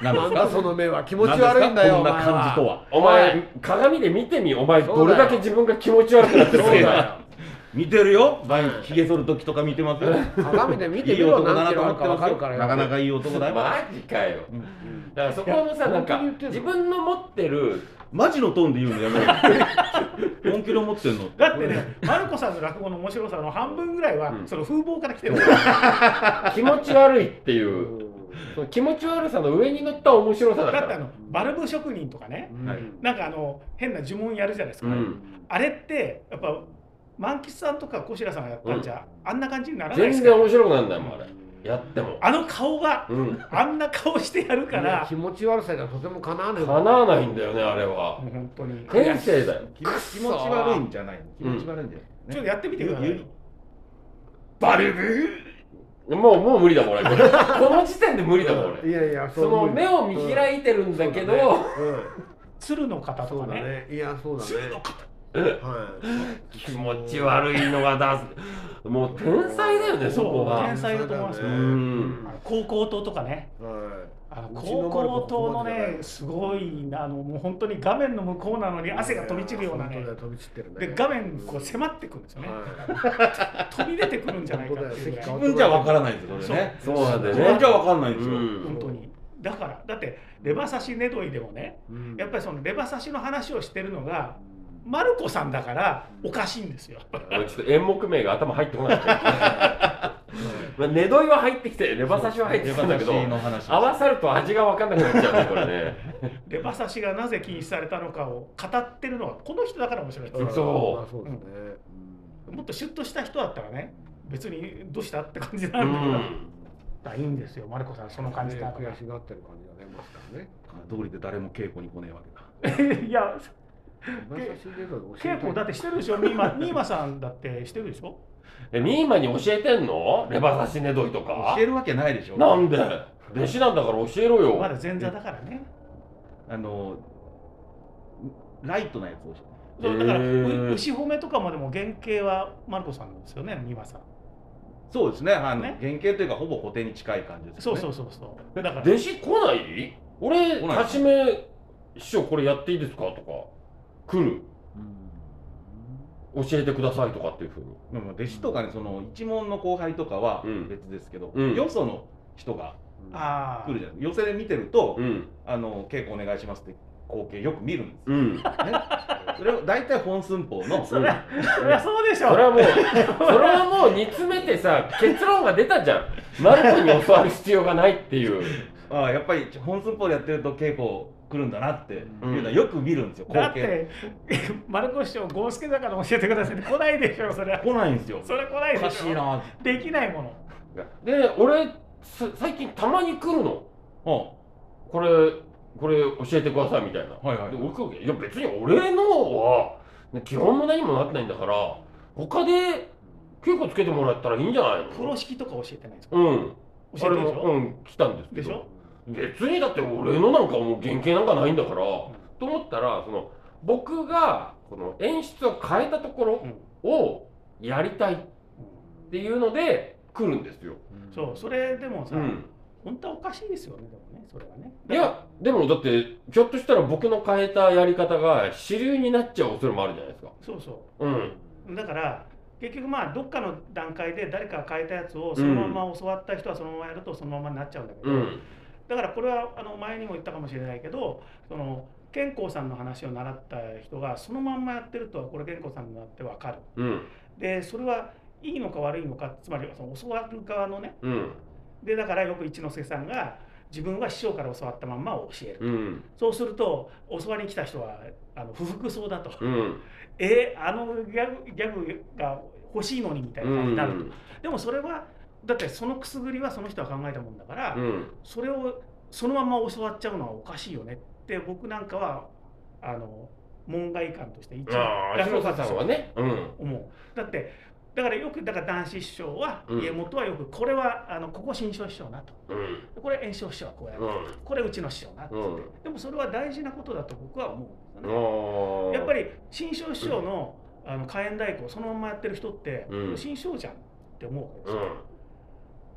[SPEAKER 1] 何で
[SPEAKER 3] な
[SPEAKER 1] す
[SPEAKER 3] んだ
[SPEAKER 1] か
[SPEAKER 3] その目は気持ち悪いんだよ
[SPEAKER 1] こんな感じとは
[SPEAKER 2] お前鏡で見てみお前どれだけ自分が気持ち悪くなって
[SPEAKER 3] お
[SPEAKER 2] る
[SPEAKER 3] 前はそう
[SPEAKER 2] か
[SPEAKER 3] だよ
[SPEAKER 1] 見てるよバイひげ剃る時とか見てますよ
[SPEAKER 3] 鏡で見てみ
[SPEAKER 1] いい
[SPEAKER 3] ろ
[SPEAKER 1] 男だ
[SPEAKER 3] 何
[SPEAKER 1] な
[SPEAKER 3] キ
[SPEAKER 1] と
[SPEAKER 3] ロあ
[SPEAKER 1] 思
[SPEAKER 3] る
[SPEAKER 1] ってま
[SPEAKER 3] か分
[SPEAKER 1] す
[SPEAKER 3] かる
[SPEAKER 1] よ
[SPEAKER 3] からよ
[SPEAKER 1] なかなかいい男だよ
[SPEAKER 2] マジかよ
[SPEAKER 1] うん
[SPEAKER 2] だからそこもさ
[SPEAKER 3] いや
[SPEAKER 2] なんか
[SPEAKER 3] 本当に言って
[SPEAKER 2] 自
[SPEAKER 3] んの
[SPEAKER 2] 分の持ってる
[SPEAKER 1] マジのトーンで言うのやめろ本気で思ってんの
[SPEAKER 4] だってね、マルコさんの落語の面白さの半分ぐらいは、
[SPEAKER 2] うん
[SPEAKER 4] その風貌から来てる。
[SPEAKER 2] 気持ち悪いっていううんその気持ち悪さの上に乗った面白さだか
[SPEAKER 4] だってあ
[SPEAKER 2] ら
[SPEAKER 4] のバルブ職人とかね、
[SPEAKER 1] はい
[SPEAKER 4] なんかあの変な呪文やるじゃないです
[SPEAKER 2] う
[SPEAKER 4] か。
[SPEAKER 2] ん
[SPEAKER 4] あれってやっぱ満吉さんとか小白さんがやったんじゃ、あんな感じにならないで
[SPEAKER 2] 全
[SPEAKER 4] すか
[SPEAKER 2] 然
[SPEAKER 4] ら。
[SPEAKER 2] 面白くなんないもんあれやっても
[SPEAKER 4] あの顔が
[SPEAKER 2] うん
[SPEAKER 4] あんな顔してやるか
[SPEAKER 3] いや
[SPEAKER 4] ら、
[SPEAKER 3] 気持ち悪さがとてもかなわない
[SPEAKER 2] 叶わないんだよねあれは
[SPEAKER 4] もう本当に。ちょ
[SPEAKER 2] 天性だよ
[SPEAKER 1] 気持ち気持ち悪いんじゃないの気持ち悪いんじゃ
[SPEAKER 4] っ
[SPEAKER 1] ない
[SPEAKER 4] とやってみてくださ
[SPEAKER 1] ゆ
[SPEAKER 4] い
[SPEAKER 1] ゆ。
[SPEAKER 2] バルブもうもう無理だもん 俺これこの時点で無理だもん
[SPEAKER 3] い
[SPEAKER 2] 俺
[SPEAKER 3] やいや
[SPEAKER 2] その目を見開いてるんだけど、
[SPEAKER 4] 鶴の方と
[SPEAKER 3] そ
[SPEAKER 4] か
[SPEAKER 3] うだ
[SPEAKER 4] ね。
[SPEAKER 3] ねいやそうだねは
[SPEAKER 2] 気持ち悪いのが出すもう天才だよねそこ
[SPEAKER 4] そう
[SPEAKER 2] が
[SPEAKER 4] 天才だと思います
[SPEAKER 3] う
[SPEAKER 4] よ
[SPEAKER 2] ん
[SPEAKER 4] 高校党とかね。
[SPEAKER 3] いはい
[SPEAKER 4] あの
[SPEAKER 3] うちの
[SPEAKER 4] 高
[SPEAKER 3] マルコ
[SPEAKER 4] 校党の
[SPEAKER 3] ここまでじゃ
[SPEAKER 4] ね
[SPEAKER 3] ない
[SPEAKER 4] すごいなあのもう本当に画面の向こうなのに汗が飛び散るようなね
[SPEAKER 3] 本当だよ飛び散ってるね
[SPEAKER 4] で画面こう迫ってくるんですよね、
[SPEAKER 3] は
[SPEAKER 4] 飛び出てくるんじゃないかっていうぐらい
[SPEAKER 3] 本
[SPEAKER 1] 自分じゃわからないですよそれね
[SPEAKER 2] そうなんだよ
[SPEAKER 1] 自
[SPEAKER 2] ね
[SPEAKER 1] 分じゃわかんないで
[SPEAKER 2] う
[SPEAKER 1] すよ
[SPEAKER 2] ん
[SPEAKER 4] 本当にだからだってレバ刺しねどいでもね
[SPEAKER 3] いうん
[SPEAKER 4] やっぱりそのレバ刺しの話をしてるのがマルコさんだからおかしいんですよ
[SPEAKER 2] 俺ちょっと演目名が頭入ってこないまあ寝取りは入ってきてレバ刺しは入ってきたんだけど
[SPEAKER 1] レバ刺しの話
[SPEAKER 2] 合わさると味が分かんなくなっちゃうねこれね
[SPEAKER 4] レバ刺しがなぜ禁止されたのかを語ってるのはこの人だから面白いんですよ
[SPEAKER 2] そう
[SPEAKER 3] まあそうですね
[SPEAKER 4] もっとシュッとした人だったらね別にどうしたって感じ
[SPEAKER 2] う
[SPEAKER 4] なんだけど、
[SPEAKER 2] ん
[SPEAKER 4] だからいいんですよマルコさんその感じだと
[SPEAKER 3] ね悔しがってる感じが出ますからね
[SPEAKER 1] 通りで誰も稽古に来ねえわけだ
[SPEAKER 4] いや
[SPEAKER 3] 稽
[SPEAKER 4] 稽古だってしてるでしょミーマミーマさんだってしてるでしょ
[SPEAKER 2] えミーマに教えてんのレバ刺し寝取りとか
[SPEAKER 1] 教えるわけないでしょ
[SPEAKER 2] なんで弟子なんだから教えろよ、
[SPEAKER 4] まだ前座だからね
[SPEAKER 1] あのライトなやつを教
[SPEAKER 2] へ
[SPEAKER 4] そ
[SPEAKER 2] ー
[SPEAKER 4] うだからう牛褒めとかもでも原型はマルコさんなんですよねミーマさん
[SPEAKER 1] えそうですねあの
[SPEAKER 4] ね
[SPEAKER 1] 原型というかほぼ固定に近い感じです
[SPEAKER 4] そ
[SPEAKER 1] よ
[SPEAKER 4] う
[SPEAKER 1] ね
[SPEAKER 4] そうそうそうだから
[SPEAKER 2] 弟子来ない俺
[SPEAKER 1] 来ない
[SPEAKER 2] かしめ師匠これやっていいですかとか来る教えてくださいとかっていうふうに
[SPEAKER 1] でも弟子とかねその一門の後輩とかは
[SPEAKER 2] うん
[SPEAKER 1] 別ですけど、
[SPEAKER 2] うん
[SPEAKER 1] よその人が
[SPEAKER 4] あ
[SPEAKER 1] 来る
[SPEAKER 4] ー
[SPEAKER 1] じゃない寄せで見てると、
[SPEAKER 2] うん
[SPEAKER 1] あの稽古お願いしますって光景よく見るんです
[SPEAKER 2] うん
[SPEAKER 1] それを大体本寸法の
[SPEAKER 4] そりゃそりゃそうでしょ
[SPEAKER 2] それはもうそれはもう煮詰めてさ結論が出たじゃんマルコに教わる必要がないっていう
[SPEAKER 1] ああやっぱり本寸法でやってると稽古来るんだなっていうのは
[SPEAKER 2] うん
[SPEAKER 1] よく見るんですよ
[SPEAKER 4] だ
[SPEAKER 1] 光
[SPEAKER 4] っ
[SPEAKER 1] 景
[SPEAKER 4] てマルコ師匠ゴースケだから教えてくださいって来ないでしょそれは
[SPEAKER 1] 来ないんですよ
[SPEAKER 4] それは来ない
[SPEAKER 1] お
[SPEAKER 4] で
[SPEAKER 1] か
[SPEAKER 4] し
[SPEAKER 1] しい
[SPEAKER 4] ょ
[SPEAKER 1] な
[SPEAKER 4] できないもの
[SPEAKER 2] で俺さ最近たまに来るの
[SPEAKER 1] あ
[SPEAKER 2] これこれ教えてくださいみたいな、
[SPEAKER 1] はいはい
[SPEAKER 2] で俺来るけどいや別に俺のはね基本も何もなってないんだから他で稽古つけてもらったらいいんじゃないの
[SPEAKER 4] 風呂敷とか教えてないんですか
[SPEAKER 2] うん
[SPEAKER 4] 教えてるでし
[SPEAKER 2] あれも
[SPEAKER 4] ょ
[SPEAKER 2] うん来たんですけ
[SPEAKER 4] でし
[SPEAKER 2] ど
[SPEAKER 4] ょ
[SPEAKER 2] 別にだって俺のなんかもう原型なんかないんだから、
[SPEAKER 4] ん
[SPEAKER 2] と思ったらその僕がこの演出を変えたところをやりたいっていうので来るんですよ、
[SPEAKER 4] そうそれでもさ、
[SPEAKER 2] うん、
[SPEAKER 4] 本当はおかしいですよねでもねそれはね
[SPEAKER 2] いやでもだってひょっとしたら僕の変えたやり方が主流になっちゃう恐れもあるじゃないですか
[SPEAKER 4] そうそう
[SPEAKER 2] うん
[SPEAKER 4] だから結局まあどっかの段階で誰かが変えたやつをそのまま教わった人はそのままやるとそのままになっちゃうんだけど、
[SPEAKER 2] うん
[SPEAKER 4] だからこれはあの前にも言ったかもしれないけどその健康さんの話を習った人がそのまんまやってるとはこれ健康さんになってわかる
[SPEAKER 2] うん
[SPEAKER 4] でそれはいいのか悪いのかつまりその教わる側のね
[SPEAKER 2] うん
[SPEAKER 4] でだからよく一之輔さんが自分は師匠から教わったまんまを教える、
[SPEAKER 2] うん
[SPEAKER 4] そうすると教わりに来た人はあの不服そうだと、
[SPEAKER 2] うん
[SPEAKER 4] えーあのギャグギャグが欲しいのにみたいな感じになると、でもそれはだってそのくすぐりはその人が考えたもんだから、
[SPEAKER 2] うん
[SPEAKER 4] それをそのまま教わっちゃうのはおかしいよねって僕なんかはあの門外観として一
[SPEAKER 2] ああ広瀬さんはねうん
[SPEAKER 4] 思うだってだからよくだから男子師匠は、
[SPEAKER 2] うん
[SPEAKER 4] 家元はよくこれはあのここ新庄師匠なと
[SPEAKER 2] うん
[SPEAKER 4] これ炎症師匠はこうやって、
[SPEAKER 2] うん
[SPEAKER 4] これうちの師匠なって、
[SPEAKER 2] うん
[SPEAKER 4] でもそれは大事なことだと僕は思うんですよ
[SPEAKER 2] あ
[SPEAKER 4] ね。
[SPEAKER 2] あ
[SPEAKER 4] やっぱり新庄師匠の,、あの火炎太鼓をそのまんまやってる人って、
[SPEAKER 2] うん
[SPEAKER 4] 新庄じゃんって思うわけです
[SPEAKER 2] う
[SPEAKER 4] よ、
[SPEAKER 2] ん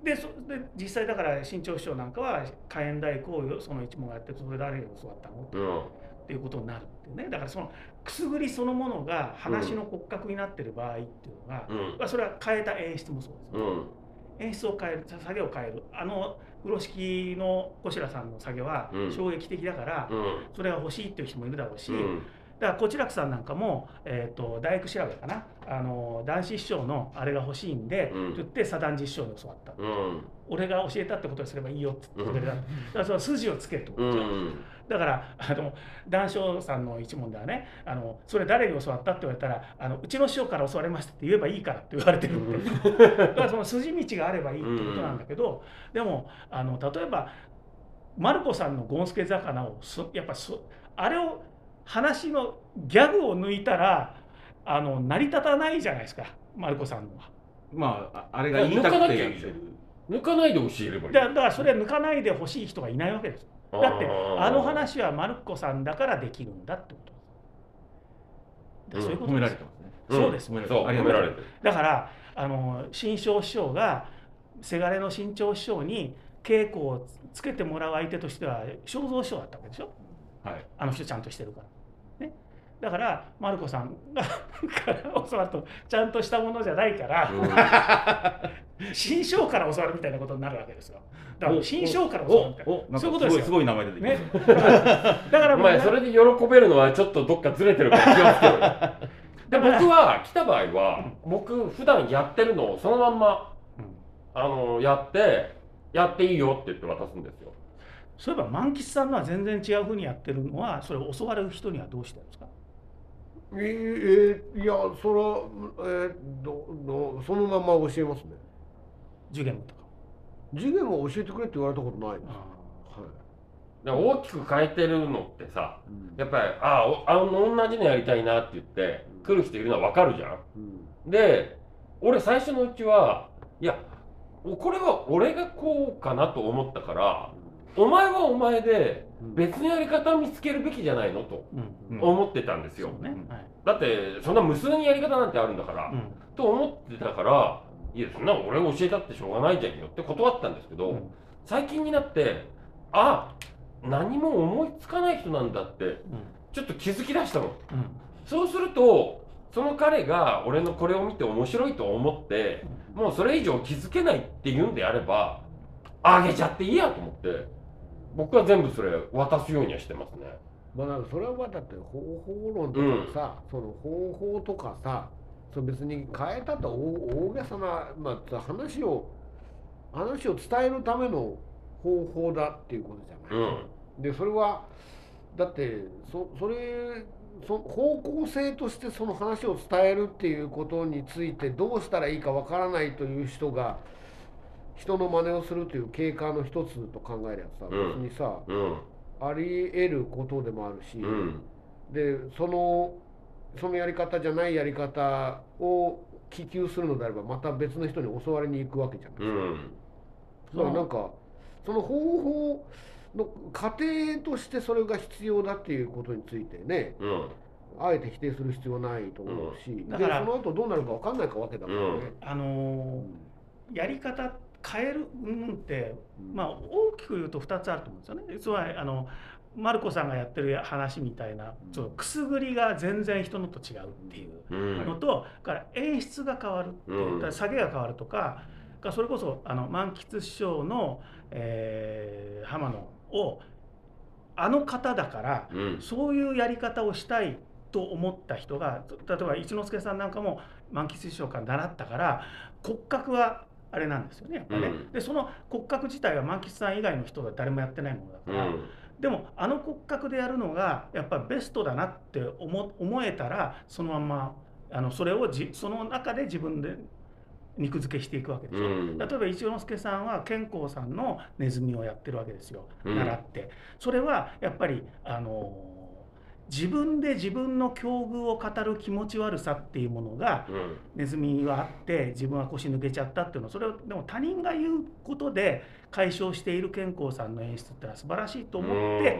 [SPEAKER 4] でそで実際だから新庄師匠なんかは火炎太鼓をその一門がやってそれ誰に教わったの
[SPEAKER 2] うん
[SPEAKER 4] っっていうことになるっていうねだからそのくすぐりそのものが話の骨格になってる場合っていうのが、
[SPEAKER 2] うん
[SPEAKER 4] まあそれは変えた演出もそうです、
[SPEAKER 2] うん
[SPEAKER 4] 演出を変える作業を変えるあの風呂敷の小白さんの作業は
[SPEAKER 2] うん
[SPEAKER 4] 衝撃的だから、
[SPEAKER 2] うん
[SPEAKER 4] それが欲しいっていう人もいるだろうし、
[SPEAKER 2] うん
[SPEAKER 4] だからこちらくさんなんかも、えー、と大工調べかなあの男子師匠のあれが欲しいんで、
[SPEAKER 2] うん
[SPEAKER 4] って言って左男子師匠に教わった、
[SPEAKER 2] うん
[SPEAKER 4] 俺が教えたってことにすればいいよって言ってくれた、だからその筋をつけると、
[SPEAKER 2] うん
[SPEAKER 4] だからあの談笑さんの一問ではねあのそれ誰に教わったって言われたらあのうちの師匠から教わりましたって言えばいいからって言われてるって、だからその筋道があればいいってことなんだけど、でもあの例えばマルコさんのゴンスケ魚をそやっぱそあれを話のギャグを抜いたらあの成り立たないじゃないですかマルコさんのは。
[SPEAKER 1] まあああれが言い
[SPEAKER 2] 抜
[SPEAKER 1] た
[SPEAKER 2] か
[SPEAKER 1] く
[SPEAKER 2] な
[SPEAKER 1] て
[SPEAKER 2] きゃいいじゃん抜かないで教えればいい
[SPEAKER 4] だだからそれは抜かないでほしい人がいないわけです。だってあの話はマルコさんだからできるんだってこと。
[SPEAKER 2] うん
[SPEAKER 4] そういうこと
[SPEAKER 1] 褒めら
[SPEAKER 4] で
[SPEAKER 1] れ
[SPEAKER 4] す
[SPEAKER 1] てますね。
[SPEAKER 4] そうです
[SPEAKER 1] 褒められて
[SPEAKER 2] そう
[SPEAKER 1] ありがとう
[SPEAKER 2] 褒め
[SPEAKER 1] ござ
[SPEAKER 2] ら
[SPEAKER 1] い
[SPEAKER 2] れ
[SPEAKER 1] ま
[SPEAKER 2] てる
[SPEAKER 4] だからあの新潮師匠がせがれの新潮師匠に稽古をつけてもらう相手としては正蔵師匠だったわけでしょ
[SPEAKER 1] す。はい。
[SPEAKER 4] あの人ちゃんとしてるから。ね、だからマルコさんがから教わるとちゃんとしたものじゃないから、 新章から教わるみたいなことになるわけですよ。だから新章から教わるみたい
[SPEAKER 1] お、お、なんかす
[SPEAKER 4] そういう
[SPEAKER 1] ご
[SPEAKER 4] ことです
[SPEAKER 1] い
[SPEAKER 4] よ
[SPEAKER 1] すごい名前出てき
[SPEAKER 4] な。
[SPEAKER 1] ま
[SPEAKER 4] ね
[SPEAKER 1] し、
[SPEAKER 4] だから
[SPEAKER 2] お前それで喜べるのはちょっとどっかずれてるから気をつけろよで僕は来た場合は僕普段やってるのをそのまんま
[SPEAKER 4] うん
[SPEAKER 2] あのやってやっていいよって言って渡すんですよ
[SPEAKER 4] そういえば満吉さんのは全然違うふうにやってるのはそれを教わる人にはどうしてるんですか
[SPEAKER 3] ええいやそれはえーどどそのまま教えますね
[SPEAKER 4] 受験とか。
[SPEAKER 3] 授業も教えてくれって言われたことないです、
[SPEAKER 4] あ
[SPEAKER 3] はい
[SPEAKER 2] だから大きく変えてるのってさ
[SPEAKER 3] うん
[SPEAKER 2] やっぱりあーおあの同じのやりたいなって言って来る人いるのは分かるじゃん
[SPEAKER 3] うん
[SPEAKER 2] で俺最初のうちはいやこれは俺がこうかなと思ったからお前はお前で
[SPEAKER 3] うん
[SPEAKER 2] 別のやり方見つけるべきじゃないのと
[SPEAKER 4] ーうん
[SPEAKER 1] た。
[SPEAKER 2] 思ってたんですよ、
[SPEAKER 4] そうね、
[SPEAKER 1] うん
[SPEAKER 4] はい
[SPEAKER 2] だってそんな無数にやり方なんてあるんだから、
[SPEAKER 4] うん
[SPEAKER 2] と思ってたからいやそんなの俺が教えたってしょうがないじゃんよって断ったんですけど、
[SPEAKER 4] うん
[SPEAKER 2] 最近になってあ何も思いつかない人なんだってちょっと気づきだしたの
[SPEAKER 4] うん
[SPEAKER 2] そうするとその彼が俺のこれを見て面白いと思ってもうそれ以上気づけないっていうんであればあげちゃっていいやと思って僕は全部それ渡すようにはしてますね
[SPEAKER 3] まあだからそれはまあだって方法論とかさ、その方法とかさその別に変えたと大大げさな、まあ、話を話を伝えるための方法だっていうことじゃ
[SPEAKER 2] う
[SPEAKER 3] ない。
[SPEAKER 2] ん
[SPEAKER 3] でそれはだってそそれそ方向性としてその話を伝えるっていうことについてどうしたらいいかわからないという人が人の真似をするという経過の一つと考えりゃさ、
[SPEAKER 2] うん
[SPEAKER 3] 別にさ
[SPEAKER 2] うん
[SPEAKER 3] あり得ることでもあるし。
[SPEAKER 2] うん
[SPEAKER 3] でそのそのやり方じゃないやり方を希求するのであればまた別の人に教わりに行くわけじゃないで
[SPEAKER 2] う
[SPEAKER 3] すか。
[SPEAKER 2] ん
[SPEAKER 3] だからなんかその方法の過程としてそれが必要だっていうことについてね
[SPEAKER 2] うん
[SPEAKER 3] あえて否定する必要はないと思うし、
[SPEAKER 4] だ
[SPEAKER 3] で
[SPEAKER 4] か
[SPEAKER 3] そ
[SPEAKER 4] ら
[SPEAKER 3] の後どうなるかわかんないかわけだからね。
[SPEAKER 4] あのーやり方変えるうんって、まあ、大きく言うと2つあると思うんですよね。つまりあのマルコさんがやってる話みたいな
[SPEAKER 3] うん
[SPEAKER 4] そのくすぐりが全然人のと違うっていう
[SPEAKER 2] うん
[SPEAKER 4] のと、だから演出が変わるっていう
[SPEAKER 2] うん
[SPEAKER 4] だから下げが変わるとかだからそれこそあの満喫師匠の、えー浜野をあの方だから
[SPEAKER 2] うん
[SPEAKER 4] そういうやり方をしたいと思った人が例えば一之輔さんなんかも満喫師匠から習ったから骨格はあれなんですよねやっぱね、
[SPEAKER 2] うん
[SPEAKER 4] でその骨格自体は満喫さん以外の人が誰もやってないものだ
[SPEAKER 2] う
[SPEAKER 4] から、
[SPEAKER 2] ん
[SPEAKER 4] でもあの骨格でやるのがやっぱりベストだなって思思えたらそのまんまあのそれをじその中で自分で肉付けしていくわけで
[SPEAKER 2] う
[SPEAKER 4] すよ。
[SPEAKER 2] ん
[SPEAKER 4] 例えば一之輔さんは健康さんのネズミをやってるわけですよ
[SPEAKER 2] うん
[SPEAKER 4] 習って、それはやっぱりあの自分で自分の境遇を語る気持ち悪さっていうものが
[SPEAKER 2] うん
[SPEAKER 4] ネズミはあって自分は腰抜けちゃったっていうのはそれをでも他人が言うことで解消している健康さんの演出ってのは素晴らしいと思って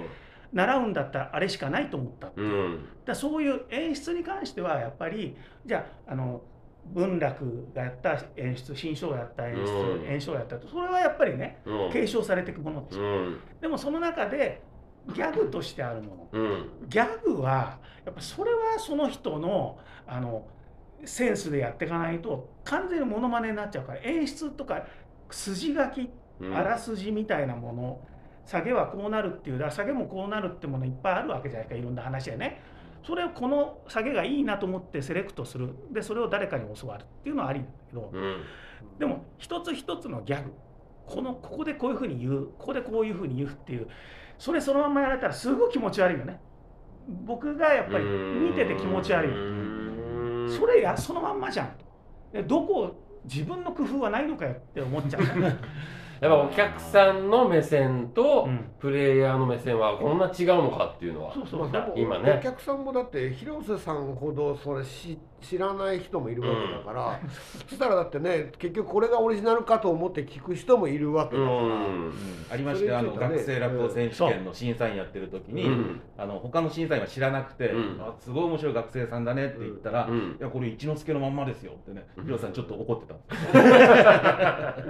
[SPEAKER 4] 習うんだったらあれしかないと思ったって
[SPEAKER 2] う
[SPEAKER 4] いうんだからそういう演出に関してはやっぱりじゃああの文楽がやった演出新章がやった演出
[SPEAKER 2] うん
[SPEAKER 4] 演唱がやったそれはやっぱりね
[SPEAKER 2] うん
[SPEAKER 4] 継承されていくものでしょ
[SPEAKER 2] うん
[SPEAKER 4] でもその中でギャグとしてあるも
[SPEAKER 2] う
[SPEAKER 4] の
[SPEAKER 2] ん
[SPEAKER 4] ギャグはやっぱそれはその人のあのセンスでやっていかないと完全にモノマネになっちゃうから演出とか筋書き
[SPEAKER 2] うん
[SPEAKER 4] あらすじみたいなもの、下げはこうなるっていうだから下げもこうなるってものいっぱいあるわけじゃないかいろんな話でねそれをこの下げがいいなと思ってセレクトするでそれを誰かに教わるっていうのはありなんだけど、
[SPEAKER 2] うん
[SPEAKER 4] でも一つ一つのギャグこのここでこういうふうに言うここでこういうふうに言うっていうそれそのままやられたらすごい気持ち悪いよね僕がやっぱり見てて気持ち悪いそれやそのまんまじゃんとでどこ自分の工夫はないのかよって思っちゃうから、
[SPEAKER 2] やっぱお客さんの目線と
[SPEAKER 4] うん
[SPEAKER 2] プレイヤーの目線はこんな違うのかっていうのは
[SPEAKER 4] そう
[SPEAKER 3] ま
[SPEAKER 4] そ
[SPEAKER 3] あ
[SPEAKER 4] う
[SPEAKER 3] で
[SPEAKER 4] だ
[SPEAKER 3] も
[SPEAKER 2] 今ね
[SPEAKER 3] お客さんもだって広瀬さんほどそれし知らない人もいるわけだから、そしたらだってね結局これがオリジナルかと思って聞く人もいるわけ
[SPEAKER 2] う
[SPEAKER 3] だから、
[SPEAKER 2] ん
[SPEAKER 1] ありまして、あの
[SPEAKER 3] それに
[SPEAKER 1] 学
[SPEAKER 3] つい
[SPEAKER 1] 生
[SPEAKER 3] てはね
[SPEAKER 1] 落語選手権の審査員やってる時に、
[SPEAKER 2] うん
[SPEAKER 1] あの他の審査員は知らなくて、
[SPEAKER 2] うん
[SPEAKER 1] あすごい面白い学生さんだねって言ったら、
[SPEAKER 2] う
[SPEAKER 1] い
[SPEAKER 2] ん
[SPEAKER 1] やこれ一之輔のまんまですよってね、
[SPEAKER 2] うん
[SPEAKER 1] ヒロさんちょっと怒ってたんです
[SPEAKER 3] だか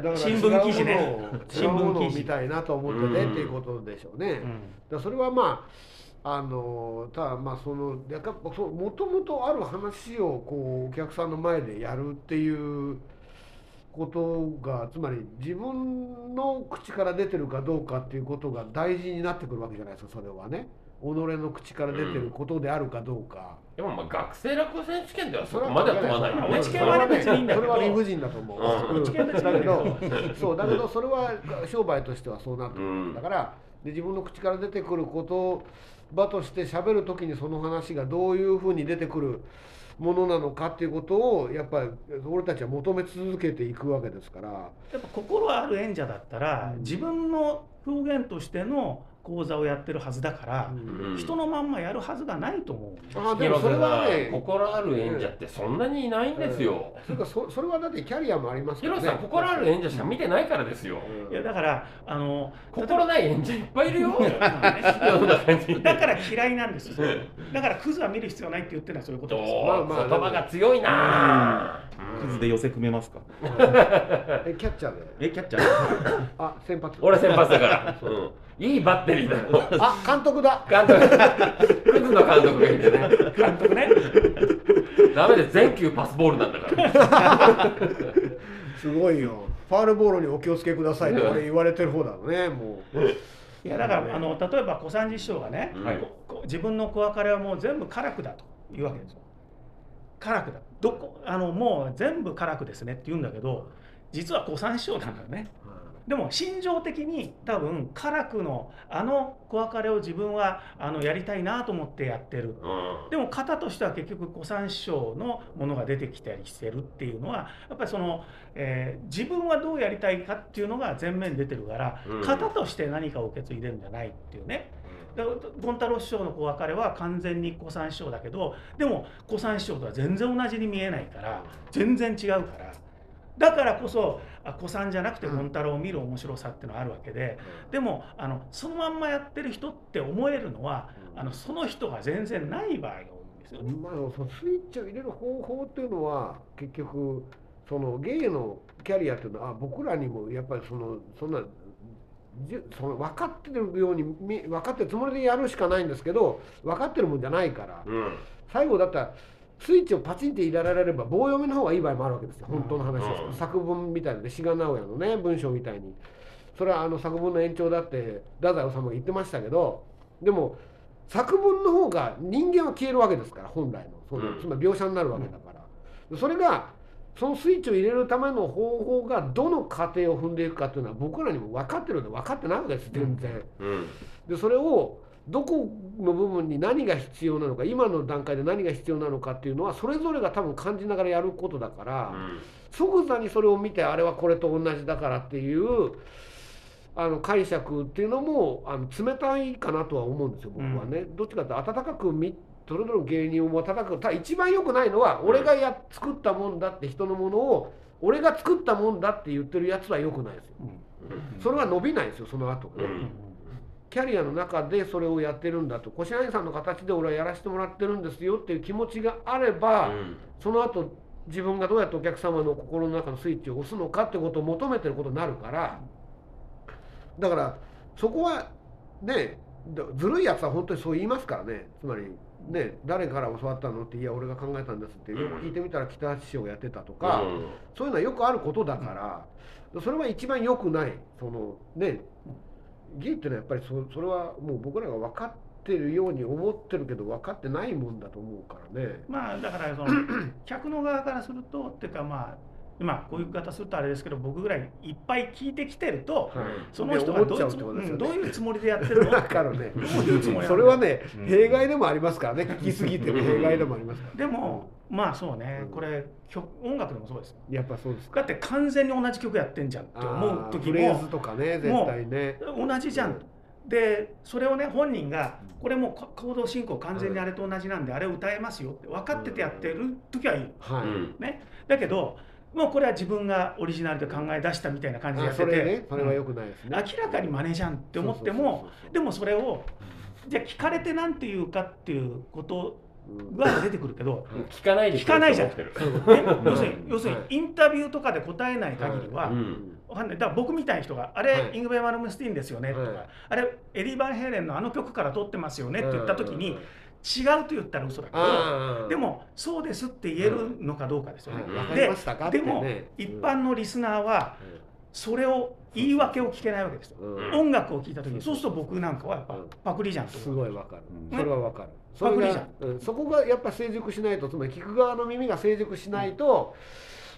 [SPEAKER 3] ら
[SPEAKER 4] 新聞記事ね
[SPEAKER 3] 違うものを違うも
[SPEAKER 4] 新聞記事
[SPEAKER 3] のを見たいなと思っててっていうことでしょうね、
[SPEAKER 4] う
[SPEAKER 3] だか
[SPEAKER 4] ん
[SPEAKER 3] らそれはまああのただまあそのやっぱそうもともとある話をこうお客さんの前でやるっていうことがつまり自分の口から出てるかどうかっていうことが大事になってくるわけじゃないですかそれはね己の口から出てることであるかどうか、
[SPEAKER 2] でもまあ学生落語選手権ではそこまでは問わないよ
[SPEAKER 4] ま
[SPEAKER 2] ね
[SPEAKER 4] あ
[SPEAKER 2] そ
[SPEAKER 4] NHK
[SPEAKER 2] れ
[SPEAKER 4] はね
[SPEAKER 2] は
[SPEAKER 4] 別にいいんだけ
[SPEAKER 3] そ
[SPEAKER 4] ど
[SPEAKER 3] れは理不尽だと思う、
[SPEAKER 2] うん
[SPEAKER 3] うん
[SPEAKER 4] 知見別にいいんだ
[SPEAKER 3] だ
[SPEAKER 4] け
[SPEAKER 3] け
[SPEAKER 4] ど
[SPEAKER 3] どそうだけどそれは商売としてはそうなってくる、
[SPEAKER 2] うん
[SPEAKER 3] だからで自分の口から出てくる言葉として喋る時にその話がどういうふうに出てくるものなのかっていうことをやっぱり俺たちは求め続けていくわけですから
[SPEAKER 4] やっぱ心ある演者だったら、
[SPEAKER 3] うん
[SPEAKER 4] 自分の表現としての講座をやってるはずだから、
[SPEAKER 2] うん
[SPEAKER 4] 人のまんまやるはずがないと思う。
[SPEAKER 3] あーでも
[SPEAKER 2] 広
[SPEAKER 3] それ
[SPEAKER 2] 瀬
[SPEAKER 3] は
[SPEAKER 2] さ
[SPEAKER 3] ね
[SPEAKER 2] ん心ある演者ってそんなにいないんですよ
[SPEAKER 3] それかそそれはだってキャリアもありますからね
[SPEAKER 2] 広瀬さん心ある演者しか見てないからですよ
[SPEAKER 3] うん
[SPEAKER 4] いやだからあの
[SPEAKER 2] 心ない演者いっぱいいるよ世の
[SPEAKER 4] だ
[SPEAKER 2] 中に
[SPEAKER 4] から嫌いなんですよだからクズは見る必要ないって言ってるのはそういうこと
[SPEAKER 2] どう
[SPEAKER 4] ですよ
[SPEAKER 3] まあまあ
[SPEAKER 2] 言葉が強いな
[SPEAKER 1] よ、
[SPEAKER 2] う
[SPEAKER 1] ク
[SPEAKER 2] ん
[SPEAKER 1] ズで寄せ組めますか
[SPEAKER 3] えキャッチャーで
[SPEAKER 1] えキャッチャー
[SPEAKER 3] あ先発
[SPEAKER 2] 俺先発だから、うん、いいバッテリーだよ
[SPEAKER 3] あ監督だ
[SPEAKER 2] 監督クズの監督がいてね
[SPEAKER 4] 監督ね
[SPEAKER 2] ダメで全球パスボールなんだから
[SPEAKER 3] すごいよ。ファールボールにお気をつけくださいって俺言われてる方だろうね、もう。
[SPEAKER 4] いやだからあの例えば小三治師匠がね、
[SPEAKER 2] はい
[SPEAKER 4] こう自分の子別れはもう全部辛くだと言うわけですよ辛くだどこあのもう全部辛くですねって言うんだけど実は小三師匠なんだよねでも心情的に多分辛くのあの子別れを自分はあのやりたいなと思ってやってるでも型としては結局古参師匠のものが出てきたりしてるっていうのはやっぱりその、えー自分はどうやりたいかっていうのが前面に出てるから、
[SPEAKER 2] うん
[SPEAKER 4] 型として何かを受け継いでるんじゃないっていうね。だから権太郎師匠の子別れは完全に古参師匠だけどでも古参師匠とは全然同じに見えないから全然違うからだからこそあ古参じゃなくて権太郎を見る面白さっていうのはあるわけで、でもあのそのまんまやってる人って思えるのはあのその人が全然ない場合が多いんですよね。
[SPEAKER 3] まあ、そのスイッチを入れる方法っていうのは結局その芸のキャリアっていうのはあ僕らにもやっぱりそのそんなじゅその分かってるようにみ分かってるつもりでやるしかないんですけど分かってるもんじゃないから
[SPEAKER 2] うん
[SPEAKER 3] 最後だったらスイッチをパチンって入れられれば棒読みの方がいい場合もあるわけですよ本当の話ですから、
[SPEAKER 2] うん
[SPEAKER 3] 作文みたいなで志賀直哉のね文章みたいにそれはあの作文の延長だって太宰治が言ってましたけどでも作文の方が人間は消えるわけですから本来のその、
[SPEAKER 2] うん
[SPEAKER 3] つまり描写になるわけだから、それがそのスイッチを入れるための方法がどの過程を踏んでいくかっていうのは僕らにも分かってるんで分かってないわけです全然。
[SPEAKER 2] うん
[SPEAKER 3] でそれをどこの部分に何が必要なのか今の段階で何が必要なのかっていうのはそれぞれが多分感じながらやることだから、即座にそれを見てあれはこれと同じだからっていうあの解釈っていうのもあの冷たいかなとは思うんですよ僕はね。どっちかっていうと温かく見それぞれの芸人を温かくただ一番良くないのは俺がや作ったもんだって人のものを俺が作ったもんだって言ってるやつは良くないですよ。それは伸びないですよその後がね。
[SPEAKER 2] うん
[SPEAKER 3] キャリアの中でそれをやってるんだと越谷さんの形で俺はやらせてもらってるんですよっていう気持ちがあれば、その後自分がどうやってお客様の心の中のスイッチを押すのかってことを求めてることになるからだからそこはねだずるいやつは本当にそう言いますからねつまりね誰から教わったのっていや俺が考えたんですってよく聞いてみたら北橋師匠がやってたとか、
[SPEAKER 2] うん
[SPEAKER 3] そういうのはよくあることだから、それは一番良くないそのね芸っていうのはやっぱりそそれはもう僕らが分かってるように思ってるけど分かってないもんだと思うからね。
[SPEAKER 4] まあだからその客の側からするとっていうかまあまあこういう言い方するとあれですけど僕ぐらいいっぱい聞いてきてると
[SPEAKER 2] はい
[SPEAKER 4] その人がど
[SPEAKER 3] で思っ
[SPEAKER 4] ういう
[SPEAKER 3] ちゃうっ
[SPEAKER 4] つ
[SPEAKER 3] て
[SPEAKER 4] も
[SPEAKER 3] こと
[SPEAKER 4] う
[SPEAKER 3] ですよ
[SPEAKER 4] ん
[SPEAKER 3] ね
[SPEAKER 4] どういうつもりでやってるの
[SPEAKER 3] だからね
[SPEAKER 4] どういうつもりなんだ
[SPEAKER 3] それはね
[SPEAKER 1] うん
[SPEAKER 3] 弊害でもありますからね聞きすぎても弊害でもありますから
[SPEAKER 4] でもまあそうね
[SPEAKER 3] うん
[SPEAKER 4] これ曲音楽でもそうですよ
[SPEAKER 3] やっぱそうですか
[SPEAKER 4] だって完全に同じ曲やってんじゃんって思う
[SPEAKER 3] あー
[SPEAKER 4] 時
[SPEAKER 3] フレー
[SPEAKER 4] も
[SPEAKER 3] ズとかね絶対ね
[SPEAKER 4] 同じじゃんでそれをね本人がこれもうこ行動進行完全にあれと同じなんであれを歌えますよって分かっててやってる時はいい
[SPEAKER 3] はい、
[SPEAKER 2] うん
[SPEAKER 4] だけどもうこれは自分がオリジナルで考え出したみたいな感じでや
[SPEAKER 3] あ
[SPEAKER 4] って
[SPEAKER 3] そ
[SPEAKER 4] て、
[SPEAKER 3] れねそれは良くないですね、
[SPEAKER 4] 明らかに真似じゃんって思ってもでもそれをじゃあ聞かれてなんて言うかっていうこと
[SPEAKER 3] うん
[SPEAKER 4] が出てくる けど、
[SPEAKER 2] うん聞かないでくれ
[SPEAKER 4] 聞かないじゃん
[SPEAKER 2] と思ってる
[SPEAKER 4] ね
[SPEAKER 3] ん
[SPEAKER 4] 要するに要する
[SPEAKER 3] はい
[SPEAKER 4] にインタビューとかで答えない限りは、
[SPEAKER 2] うん
[SPEAKER 4] わかんないだから僕みたいな人が「あ
[SPEAKER 3] は
[SPEAKER 4] れ、
[SPEAKER 3] い
[SPEAKER 4] イングベ・マルムスティーンですよね」とか、
[SPEAKER 3] はい
[SPEAKER 4] あれエリー・バンヘイレンのあの曲から撮ってますよね」って言った時に、
[SPEAKER 3] うん
[SPEAKER 4] 違うと言ったら嘘だけど
[SPEAKER 3] あー
[SPEAKER 4] でもそうですって言えるのかどうかですよ
[SPEAKER 3] は
[SPEAKER 4] ね。
[SPEAKER 3] いわかりましたかって
[SPEAKER 4] で
[SPEAKER 3] ね
[SPEAKER 4] も一般のリスナーはそれを言い訳を聞けないわけですよ。
[SPEAKER 3] うん
[SPEAKER 2] うん
[SPEAKER 4] 音楽を聞いた時にそうすると僕なんかはやっぱ
[SPEAKER 3] うん
[SPEAKER 4] パクリじゃんと
[SPEAKER 3] す
[SPEAKER 4] 思う
[SPEAKER 3] ごいわかる、
[SPEAKER 1] うん
[SPEAKER 3] それはわかるそ
[SPEAKER 4] パク
[SPEAKER 3] れ
[SPEAKER 4] リ
[SPEAKER 3] が
[SPEAKER 4] じゃん
[SPEAKER 3] うんそこがやっぱ成熟しないとつまり聞く側の耳が成熟しないと、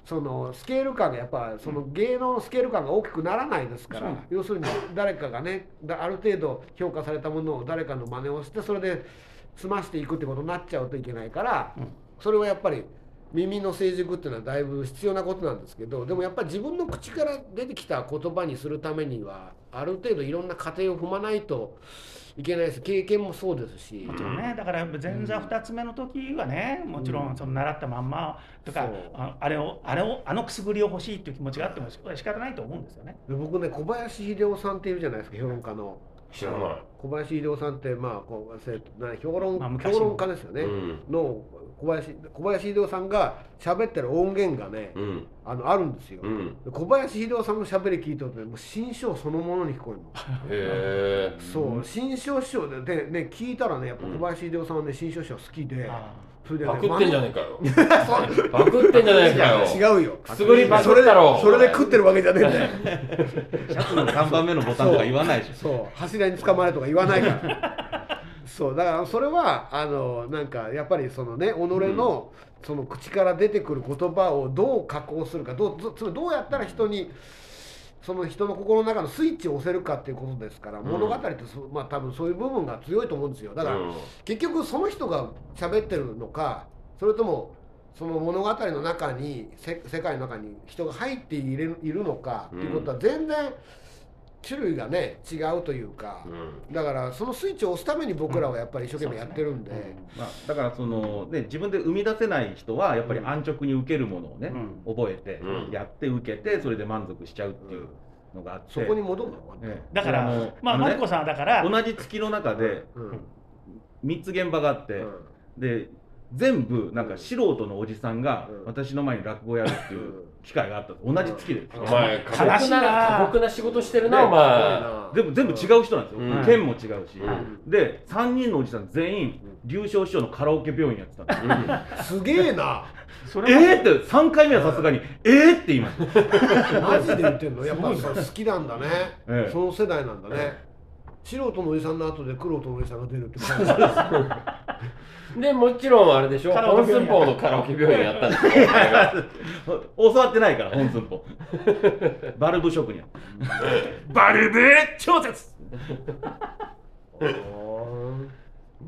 [SPEAKER 3] そのスケール感がやっぱその芸能のスケール感が大きくならないですから、
[SPEAKER 4] そうなん
[SPEAKER 3] 要するに誰かがねだある程度評価されたものを誰かの真似をしてそれで済ましていくってことになっちゃうといけないから、
[SPEAKER 4] うん
[SPEAKER 3] それはやっぱり耳の成熟っていうのはだいぶ必要なことなんですけどでもやっぱり自分の口から出てきた言葉にするためにはある程度いろんな過程を踏まないといけないです経験もそうですし
[SPEAKER 4] もちろんねだから前座2つ目の時はねもちろんその習ったまんまとか、
[SPEAKER 3] そう
[SPEAKER 4] ああれをあれをあのくすぐりを欲しいっていう気持ちがあっても仕方ないと思うんですよね。
[SPEAKER 3] で僕ね小林秀夫さんっていうじゃないですか評論家の
[SPEAKER 2] 知らない
[SPEAKER 3] 小林秀夫さんってまあこうせな評論,、
[SPEAKER 4] まあ昔の
[SPEAKER 3] 評論家ですよね、
[SPEAKER 2] うん
[SPEAKER 3] の小林小林秀夫さんが喋ってる音源がね、
[SPEAKER 2] うん
[SPEAKER 3] あのあるんですよ、
[SPEAKER 2] うん
[SPEAKER 3] で小林秀夫さんの喋り聞いてるとねもう新章そのものに聞こえるの。
[SPEAKER 2] へえ
[SPEAKER 3] そう新庄師匠でで、ね、聞いたらねやっぱ小林秀夫さんはね新庄師匠好きで、
[SPEAKER 4] あ
[SPEAKER 3] それでね
[SPEAKER 2] パクってんじゃ
[SPEAKER 3] ね
[SPEAKER 2] ねえかよパクってんじゃねえかよ
[SPEAKER 3] 違うよ
[SPEAKER 2] くすぐりパク
[SPEAKER 3] それ
[SPEAKER 2] っ
[SPEAKER 3] で
[SPEAKER 2] たろ
[SPEAKER 3] それで食ってるわけじゃねえんだよ
[SPEAKER 1] シャツの3番目のボタンとか言わないでしょ
[SPEAKER 3] そう柱に捕まれとか言わないからそうだからそれはあのなんかやっぱりそのね己の、その口から出てくる言葉をどう加工するかどうつつまりどうやったら人にその人の心の中のスイッチを押せるかっていうことですから、
[SPEAKER 2] ん
[SPEAKER 3] 物語ってそまあ多分そういう部分が強いと思うんですよだから、
[SPEAKER 2] うん
[SPEAKER 3] 結局その人が喋ってるのかそれともその物語の中にせ世界の中に人が入っていれるいるのかっていうことは全然種類がね違うというか、
[SPEAKER 2] うん
[SPEAKER 3] だからそのスイッチを押すために僕らはやっぱり一生懸命やってるんで。
[SPEAKER 1] まあ、だからその、ね、自分で生み出せない人はやっぱり安直に受けるものをね、
[SPEAKER 4] うん
[SPEAKER 1] 覚えて、
[SPEAKER 2] うん
[SPEAKER 1] やって受けてそれで満足しちゃうっていうのがあって、
[SPEAKER 3] そこに戻るのかな、
[SPEAKER 1] ええ
[SPEAKER 4] だから
[SPEAKER 1] それも
[SPEAKER 4] まあ
[SPEAKER 1] の
[SPEAKER 4] マ
[SPEAKER 1] ね
[SPEAKER 4] リコさんはだから
[SPEAKER 1] 同じ月の中で
[SPEAKER 3] うん
[SPEAKER 1] 3つ現場があって、
[SPEAKER 3] うん
[SPEAKER 1] で全部なんか素人のおじさんが
[SPEAKER 3] うん
[SPEAKER 1] 私の前に落語やるっていう機会があったんです同じ月で、
[SPEAKER 3] うん
[SPEAKER 2] お前
[SPEAKER 4] しい
[SPEAKER 2] 過
[SPEAKER 4] な
[SPEAKER 2] 酷な過酷な仕事してるな
[SPEAKER 1] ね
[SPEAKER 2] お前
[SPEAKER 1] 全部全部違う人なんですよ、
[SPEAKER 2] うん
[SPEAKER 1] 県も違うし、
[SPEAKER 2] う
[SPEAKER 1] で3人のおじさん全員
[SPEAKER 3] うん
[SPEAKER 1] 流昇師匠のカラオケ病院やってたんですよ
[SPEAKER 3] すげえな
[SPEAKER 4] それ
[SPEAKER 1] えー
[SPEAKER 4] は
[SPEAKER 1] って3回目はさすがに「えー!」って言いました、
[SPEAKER 3] マジで言ってんのやっぱそう好きなんだね、
[SPEAKER 1] ええ
[SPEAKER 3] その世代なんだね、素人のおじさんの後で黒人のおじさんが出るって感じ
[SPEAKER 2] うんでもちろんあれでしょ
[SPEAKER 4] カラ
[SPEAKER 2] 本
[SPEAKER 4] オケ病
[SPEAKER 2] 寸
[SPEAKER 4] 院
[SPEAKER 2] 法のカラオケ病院やったんですよお前が
[SPEAKER 1] 教わってないから本寸法バルブ職人バルブ調節
[SPEAKER 2] なん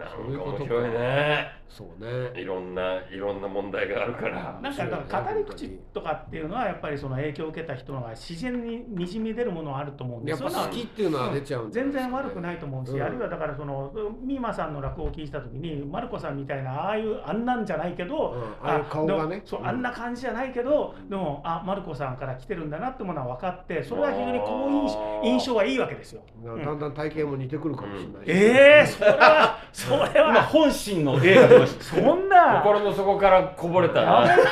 [SPEAKER 2] か面白いね
[SPEAKER 3] そうね。
[SPEAKER 2] いろんないろんな問題があるから
[SPEAKER 4] なんかだから語り口とかっていうのはやっぱりその影響を受けた人のが自然ににじみ出るものはあると思うんで
[SPEAKER 3] やっ
[SPEAKER 4] すよ
[SPEAKER 3] ぱ好きっていうのは出ちゃうん。
[SPEAKER 4] 全然悪くないいと思うし、
[SPEAKER 3] うん
[SPEAKER 4] あるいはだからそのミーマさんの落語を聞いた時にマルコさんみたいなああいうあんなんじゃないけど、
[SPEAKER 3] うんああいう顔がね
[SPEAKER 4] でもそう
[SPEAKER 3] うん
[SPEAKER 4] あんな感じじゃないけど、でもあマルコさんから来てるんだなってものは分かってそれは非常に好印
[SPEAKER 2] あ
[SPEAKER 4] 象
[SPEAKER 2] ー
[SPEAKER 4] 印象はいいわけですよ。
[SPEAKER 3] だからだんだん体型も似てくるかもしれない。
[SPEAKER 4] えー、それはそれ
[SPEAKER 1] 今
[SPEAKER 4] は
[SPEAKER 1] 本心の絵が出ました
[SPEAKER 4] そんな
[SPEAKER 2] 心の底からこぼれた
[SPEAKER 4] や
[SPEAKER 2] な
[SPEAKER 4] めてよ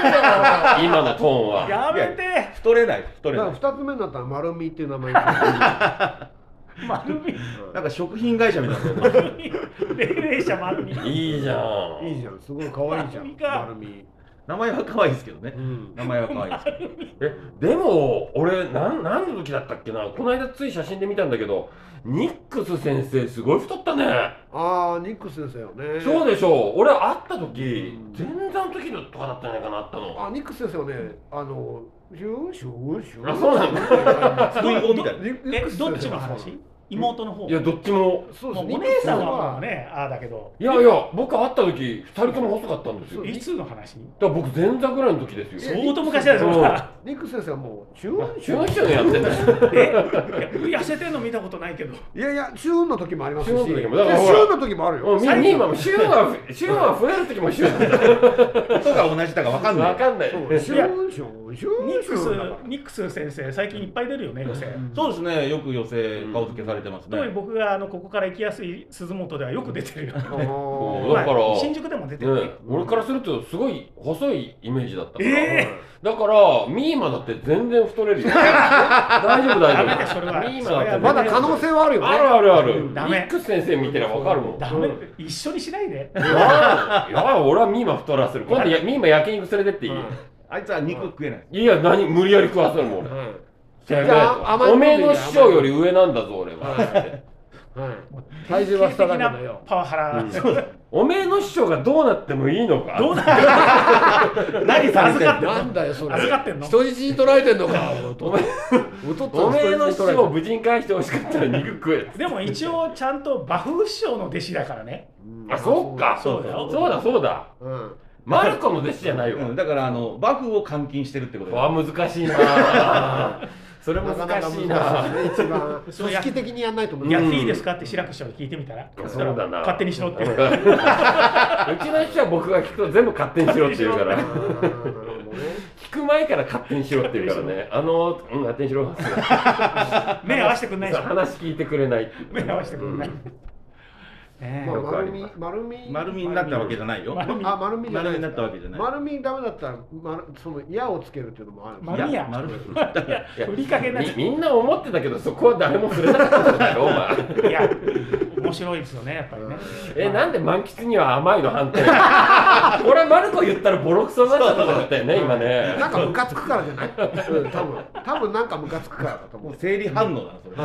[SPEAKER 2] 今のトーンは
[SPEAKER 4] やめて
[SPEAKER 1] 太れない太
[SPEAKER 3] だ
[SPEAKER 1] れな
[SPEAKER 3] から
[SPEAKER 1] い
[SPEAKER 3] 二つ目になったら丸みっていう名前に。
[SPEAKER 4] 丸み
[SPEAKER 1] なんか食品会社みたいな
[SPEAKER 4] 霊霊者丸み
[SPEAKER 2] いいじゃん。
[SPEAKER 3] いいじゃんすごい可愛いじゃん丸
[SPEAKER 4] 丸
[SPEAKER 3] み、
[SPEAKER 1] 名前は可愛いですけどね
[SPEAKER 3] うん、
[SPEAKER 1] 名前は可愛い ですけど
[SPEAKER 2] えでも俺なん何の時だったっけなこの間つい写真で見たんだけどニックス先生すごい太ったね、
[SPEAKER 3] ああニックス先生よね
[SPEAKER 2] そうでしょう俺会った時
[SPEAKER 3] うん
[SPEAKER 2] 前座の時のとかだったんじゃないかなあったの
[SPEAKER 3] あニックス先生はねあのシューシューシュー
[SPEAKER 2] あそうなん
[SPEAKER 3] だ
[SPEAKER 1] 類語みたいな
[SPEAKER 3] ニニ
[SPEAKER 4] え
[SPEAKER 3] ックス先生
[SPEAKER 4] ど
[SPEAKER 3] は
[SPEAKER 4] っちの話妹の方
[SPEAKER 2] いやどっちも
[SPEAKER 3] そうで
[SPEAKER 4] も
[SPEAKER 3] す
[SPEAKER 4] うお姉さんはもうねああだけど
[SPEAKER 2] いやいや僕会った時2人とも細かったんですよだか
[SPEAKER 4] いつの話
[SPEAKER 2] ら僕前座ぐらいの時ですよ
[SPEAKER 4] 相当昔だよそれは
[SPEAKER 3] ニックス先生はもう中
[SPEAKER 2] 中学生のやってんだよ
[SPEAKER 4] えいや痩せてんの見たことないけど
[SPEAKER 3] いやいや中運の時もありますし
[SPEAKER 2] 中運の時もだから
[SPEAKER 3] いや
[SPEAKER 2] ほら
[SPEAKER 3] 中運の時もある
[SPEAKER 2] も
[SPEAKER 3] よ
[SPEAKER 2] うみんな今も週が週が増える時も週なんだよ
[SPEAKER 1] 音が同じだかわかんな
[SPEAKER 2] わ
[SPEAKER 1] い
[SPEAKER 2] かんない
[SPEAKER 3] そう中運中運中
[SPEAKER 4] ニックス
[SPEAKER 3] 運だから
[SPEAKER 4] ニックス先生最近いっぱい出るよね予選
[SPEAKER 1] そうですねよく寄せ顔付けされてます
[SPEAKER 4] 特に
[SPEAKER 1] ね
[SPEAKER 4] 僕があのここから行きやすい鈴本ではよく出てるよ、
[SPEAKER 3] あー
[SPEAKER 2] だから
[SPEAKER 4] まあ新宿でも出てるね
[SPEAKER 2] ね、俺からするとすごい細いイメージだったから、
[SPEAKER 4] え
[SPEAKER 2] だからミーマだって全然太れるよ大丈夫大丈夫ミ
[SPEAKER 4] ダメだそれは
[SPEAKER 2] ーマだって
[SPEAKER 3] まだ可能性はあるよね
[SPEAKER 2] あるあるある
[SPEAKER 4] ダメ
[SPEAKER 2] ミックス先生見てればわかるもん
[SPEAKER 4] ダメ一緒にしないで
[SPEAKER 2] いやいや俺はミーマ太らせる今度やミーマ焼肉連れてっていい、
[SPEAKER 1] あいつは肉食えない
[SPEAKER 2] いや何無理やり食わせるもん俺
[SPEAKER 3] うん
[SPEAKER 2] てめえ
[SPEAKER 3] じゃあ甘い
[SPEAKER 2] おめえの師匠より上なんだぞ俺は
[SPEAKER 3] はい体重は下だけどよ
[SPEAKER 4] パワハラ、
[SPEAKER 2] うん
[SPEAKER 4] そうだ
[SPEAKER 2] おめえの師匠がどうなってもいいのか
[SPEAKER 4] どうだ
[SPEAKER 1] 何されてんの
[SPEAKER 3] なんだよそれ
[SPEAKER 4] 預かってんの
[SPEAKER 3] 人質に取られてんのかおとっとっと
[SPEAKER 2] おめえの師
[SPEAKER 3] 人質に取られて
[SPEAKER 2] 匠を無事に返してほしかったら肉食えって
[SPEAKER 4] でも一応ちゃんと馬風師匠の弟子だからね
[SPEAKER 3] うん
[SPEAKER 2] あそっか
[SPEAKER 4] そうだよ
[SPEAKER 2] そうだそうだ
[SPEAKER 3] うん
[SPEAKER 2] マルコの弟子じゃないよ。
[SPEAKER 1] うんだからあのバフを監禁してるってこと
[SPEAKER 2] わ難しいな。それ
[SPEAKER 3] なかな
[SPEAKER 2] 難
[SPEAKER 3] か難
[SPEAKER 2] し
[SPEAKER 3] し
[SPEAKER 2] い
[SPEAKER 3] い
[SPEAKER 2] な。
[SPEAKER 3] ね一番
[SPEAKER 4] そう
[SPEAKER 3] 組織的にやんないと思う
[SPEAKER 4] やっていいですかって志らく師匠に聞いてみたら
[SPEAKER 2] そうだな。
[SPEAKER 4] 勝手にしろって
[SPEAKER 2] うんうちの人は僕が聞くと全部勝手にしろって言うか
[SPEAKER 3] あ
[SPEAKER 2] ら。
[SPEAKER 3] ーなるほどね
[SPEAKER 2] 聞く前から勝手にしろって言うからね。あの、うん、勝手にしろ。
[SPEAKER 4] 目合わせてくんないでしょ
[SPEAKER 2] 話聞いてくれないっていう。
[SPEAKER 4] 目合わせてくんない、
[SPEAKER 2] うん
[SPEAKER 4] ねえ
[SPEAKER 3] まあ
[SPEAKER 2] よくあり
[SPEAKER 3] 丸み
[SPEAKER 2] ます
[SPEAKER 3] 丸み
[SPEAKER 1] 丸みになったわけじゃないよ
[SPEAKER 4] 丸み
[SPEAKER 3] あ丸みじゃな
[SPEAKER 1] 丸み
[SPEAKER 3] い
[SPEAKER 1] になったわけじゃない
[SPEAKER 3] 丸みダメだったら丸その矢をつけるっていうのもあるんです
[SPEAKER 4] 丸みや
[SPEAKER 1] い丸み
[SPEAKER 4] いや
[SPEAKER 2] いや
[SPEAKER 4] 売りかけになっちゃ
[SPEAKER 2] みみんな思ってたけど、そこは誰も触れなかったんだよ、お前。
[SPEAKER 4] ういや面白いですよねやっぱりね
[SPEAKER 2] え、なんで満喫には甘いの判 定。これマルコ言ったらボロクソになっちゃったんだったよね、今ね。
[SPEAKER 3] なんかムカつくからじゃない、うん、多分多分なんかムカつくからだと思
[SPEAKER 1] も
[SPEAKER 3] う
[SPEAKER 1] う生理反応だなそれ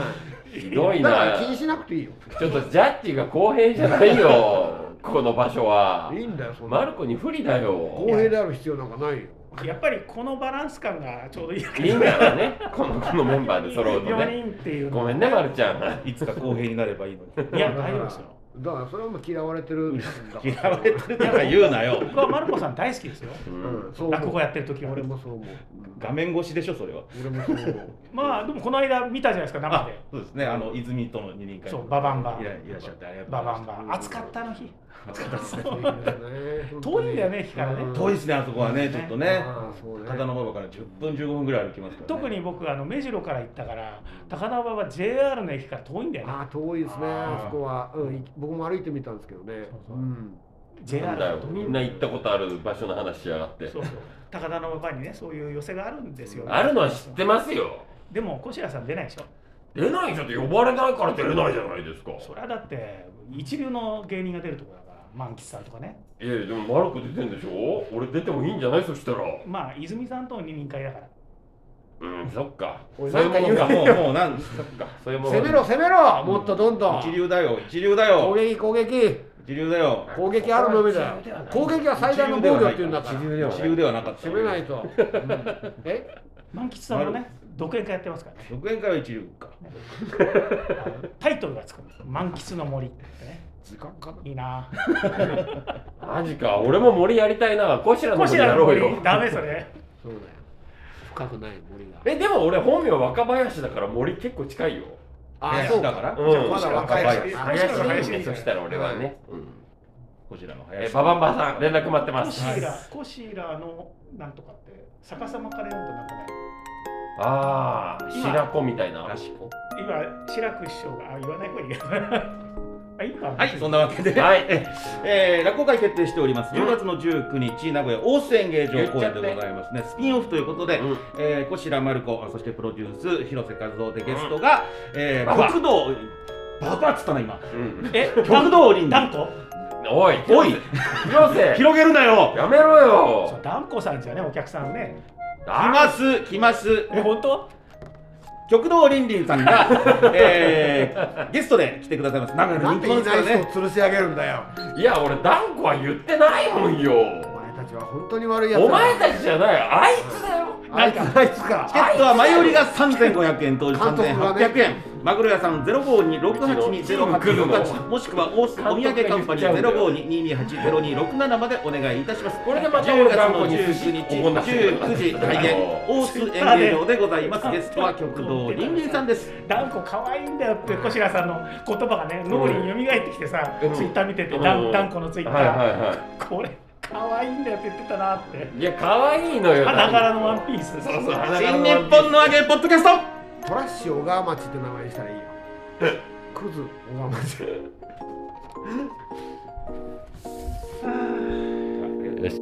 [SPEAKER 2] ひどい
[SPEAKER 3] だ
[SPEAKER 2] な。
[SPEAKER 3] から気にしなくていいよ。
[SPEAKER 2] ちょっとジャッジが公平じゃない よ、この場所はい
[SPEAKER 3] いんだよそん
[SPEAKER 2] マ
[SPEAKER 3] な
[SPEAKER 2] ルコに不利だ
[SPEAKER 3] 公
[SPEAKER 2] よ。
[SPEAKER 3] 平である必要なんかないよ
[SPEAKER 4] やっぱりこのバランス感がちょうどいいわけ
[SPEAKER 2] いいんだよね、このこのメンバーで揃うとね。
[SPEAKER 4] 4人っていうの
[SPEAKER 2] ごめんね、マルちゃん。
[SPEAKER 1] いつか公平になればいいのに
[SPEAKER 4] いや大丈夫ですよ
[SPEAKER 3] だからそれはもう嫌われてるんだか ら
[SPEAKER 1] 嫌われてるから言うなよ
[SPEAKER 4] 僕はマルコさん大好きですよ
[SPEAKER 2] う
[SPEAKER 3] うんん、そう
[SPEAKER 4] 落語
[SPEAKER 3] 思う
[SPEAKER 4] やってる時
[SPEAKER 3] 俺
[SPEAKER 4] 俺も
[SPEAKER 3] もそう思う
[SPEAKER 1] 画面越しでしょそれは
[SPEAKER 3] 俺もそう思う
[SPEAKER 4] まあでもこの間見たじゃないですか生
[SPEAKER 1] あ
[SPEAKER 4] で
[SPEAKER 1] そうですねあの泉との二輪会
[SPEAKER 4] そうババンバ
[SPEAKER 1] いらいらっしゃってありがとうござ
[SPEAKER 4] バ
[SPEAKER 1] いま
[SPEAKER 4] バ
[SPEAKER 1] す
[SPEAKER 4] ンバ暑かったあの日
[SPEAKER 1] 暑かったですね
[SPEAKER 4] 遠いんだよね駅からね
[SPEAKER 1] 遠いですねあそこはね
[SPEAKER 4] うん
[SPEAKER 1] ちょっとね
[SPEAKER 3] あーそうね
[SPEAKER 1] 高田馬場から10分15分ぐらい歩きますからね
[SPEAKER 4] 特に僕あの目白から行ったから高田馬場は JR の駅から遠いんだよね
[SPEAKER 3] あー遠いですね
[SPEAKER 1] あ
[SPEAKER 3] あ
[SPEAKER 1] ー
[SPEAKER 3] そこは、うん、い僕も歩いてみたんですけどね
[SPEAKER 4] そうそう
[SPEAKER 3] うん
[SPEAKER 2] な
[SPEAKER 4] JR
[SPEAKER 2] んだよ
[SPEAKER 4] の、
[SPEAKER 2] みんな行ったことある場所の話しやがって
[SPEAKER 4] そ。うそう高田馬場にねそういう寄せがあるんですよ、
[SPEAKER 2] あるのは知ってますよ。
[SPEAKER 4] でも越谷さん出ないでしょ
[SPEAKER 2] 出ない人って呼ばれないから出れないじゃないですか。
[SPEAKER 4] それはだって一流の芸人が出るところだから満喫さんとかね
[SPEAKER 2] いやいや、でもマルコ出てんでしょ俺出てもいいんじゃないそしたら。
[SPEAKER 4] まあ泉さんとの二人会だから
[SPEAKER 2] うん、そっか。そ
[SPEAKER 3] お
[SPEAKER 2] う
[SPEAKER 3] い
[SPEAKER 2] いうも
[SPEAKER 1] い
[SPEAKER 2] ん
[SPEAKER 1] や
[SPEAKER 2] か。
[SPEAKER 1] もうもうなん
[SPEAKER 2] そっか、そういうもん
[SPEAKER 3] 攻めろ攻めろもっとどんどん
[SPEAKER 1] 一流だよ一流だ
[SPEAKER 3] 攻
[SPEAKER 1] よ
[SPEAKER 3] 撃攻撃
[SPEAKER 1] 一流だよ
[SPEAKER 3] 攻撃あるのみだよ攻撃は最大の防御っていうんだから
[SPEAKER 1] 一流ではない一流ではなかった
[SPEAKER 3] 攻めないと、うんえ
[SPEAKER 4] 満喫さんもね独演会やってますからね
[SPEAKER 1] 独演会は一流か
[SPEAKER 4] あのタイトルがつくんです満喫の森ってね
[SPEAKER 3] 時間かない
[SPEAKER 4] いな
[SPEAKER 2] マジか、俺も森やりたいな。コシラの
[SPEAKER 4] 越
[SPEAKER 2] 森
[SPEAKER 4] 谷
[SPEAKER 2] や
[SPEAKER 4] の
[SPEAKER 2] ろうよ
[SPEAKER 4] 森。ダメそれ
[SPEAKER 3] そうだよ深くない森が
[SPEAKER 2] えでも俺本名若林だから森結構近いよ
[SPEAKER 1] い
[SPEAKER 3] あ
[SPEAKER 1] や
[SPEAKER 3] そう
[SPEAKER 1] だ
[SPEAKER 3] か
[SPEAKER 1] から
[SPEAKER 2] うん
[SPEAKER 3] じゃあまだ若いし
[SPEAKER 1] うん
[SPEAKER 4] 林だ林
[SPEAKER 2] ねそしたら俺はね、うん、
[SPEAKER 1] こちらの
[SPEAKER 2] え
[SPEAKER 1] 林
[SPEAKER 2] ババンバさん連絡待ってま
[SPEAKER 4] コ
[SPEAKER 2] す、
[SPEAKER 4] シラコシラのなんとかって逆さまカレンとなんかない
[SPEAKER 2] ああ
[SPEAKER 4] 今
[SPEAKER 2] 白子みたいな
[SPEAKER 1] らしこ
[SPEAKER 4] 今志らく師匠があ言わない方がいいかあいいか
[SPEAKER 1] はい、そんなわけで、
[SPEAKER 2] はい
[SPEAKER 1] えー落語会決定しております。10月の19日、名古屋大須演芸場公演でございますね。スピンオフということで、
[SPEAKER 2] うん
[SPEAKER 1] えー、こしらまる子、そしてプロデュース、広瀬和夫でゲストが、え
[SPEAKER 2] ババ
[SPEAKER 1] ー、極道、ババっつったな、今。
[SPEAKER 2] うん
[SPEAKER 4] え
[SPEAKER 1] 極道林
[SPEAKER 4] ダン
[SPEAKER 1] だ。
[SPEAKER 4] コ
[SPEAKER 2] おい
[SPEAKER 1] おい、
[SPEAKER 2] 広瀬
[SPEAKER 1] 広げるなよ
[SPEAKER 2] やめろ
[SPEAKER 4] そう
[SPEAKER 2] よ
[SPEAKER 4] ダンコさんじゃねお客さんね
[SPEAKER 1] 来ます、来ます。
[SPEAKER 4] え本当
[SPEAKER 1] 極道林林さんが、えー、ゲストで来てくださいます。名古屋の
[SPEAKER 3] なん
[SPEAKER 1] 人
[SPEAKER 3] で
[SPEAKER 1] 気者です
[SPEAKER 3] い
[SPEAKER 1] か
[SPEAKER 3] な
[SPEAKER 1] ら
[SPEAKER 3] い人
[SPEAKER 1] ね。
[SPEAKER 3] を吊るし上げるんだよ
[SPEAKER 2] いや俺ダンコは言ってないもんよ
[SPEAKER 3] お前たちは本当に悪いやつだ
[SPEAKER 2] お前たちじゃないあいつだよ
[SPEAKER 3] あいつあいつか
[SPEAKER 1] チケットは前売りが3500円、当時
[SPEAKER 3] 監督がね
[SPEAKER 1] 3800円、マグロ屋さん052-682-0868、もしくは大須お土産カンパニー052-228-0267までお願いいたします。
[SPEAKER 2] これでまた
[SPEAKER 1] 10
[SPEAKER 2] 俺
[SPEAKER 1] 月
[SPEAKER 2] ダンコ
[SPEAKER 1] の
[SPEAKER 2] に寿司
[SPEAKER 1] 19日
[SPEAKER 2] おごんなしてくれた
[SPEAKER 1] 19時 開演大須演芸場でございますゲストは極道りんりんさんです
[SPEAKER 4] ダンコ可愛いんだよって小白さんの言葉がね脳裏に蘇ってきてさ、
[SPEAKER 2] うん
[SPEAKER 4] ツイッター見てて、
[SPEAKER 2] うん
[SPEAKER 4] ダンダンコのツイッタ
[SPEAKER 2] は
[SPEAKER 4] ー、
[SPEAKER 2] いはいは
[SPEAKER 4] これ可愛いんだよって言ってたなって
[SPEAKER 2] いいや可愛いのよ
[SPEAKER 4] 花柄のワ
[SPEAKER 2] ピ
[SPEAKER 4] ンピースそう
[SPEAKER 2] そう
[SPEAKER 1] 新日本の揚げポッドキャスト
[SPEAKER 3] トラッシュ小川町って名前にしたらいいよクズ小川町
[SPEAKER 2] ース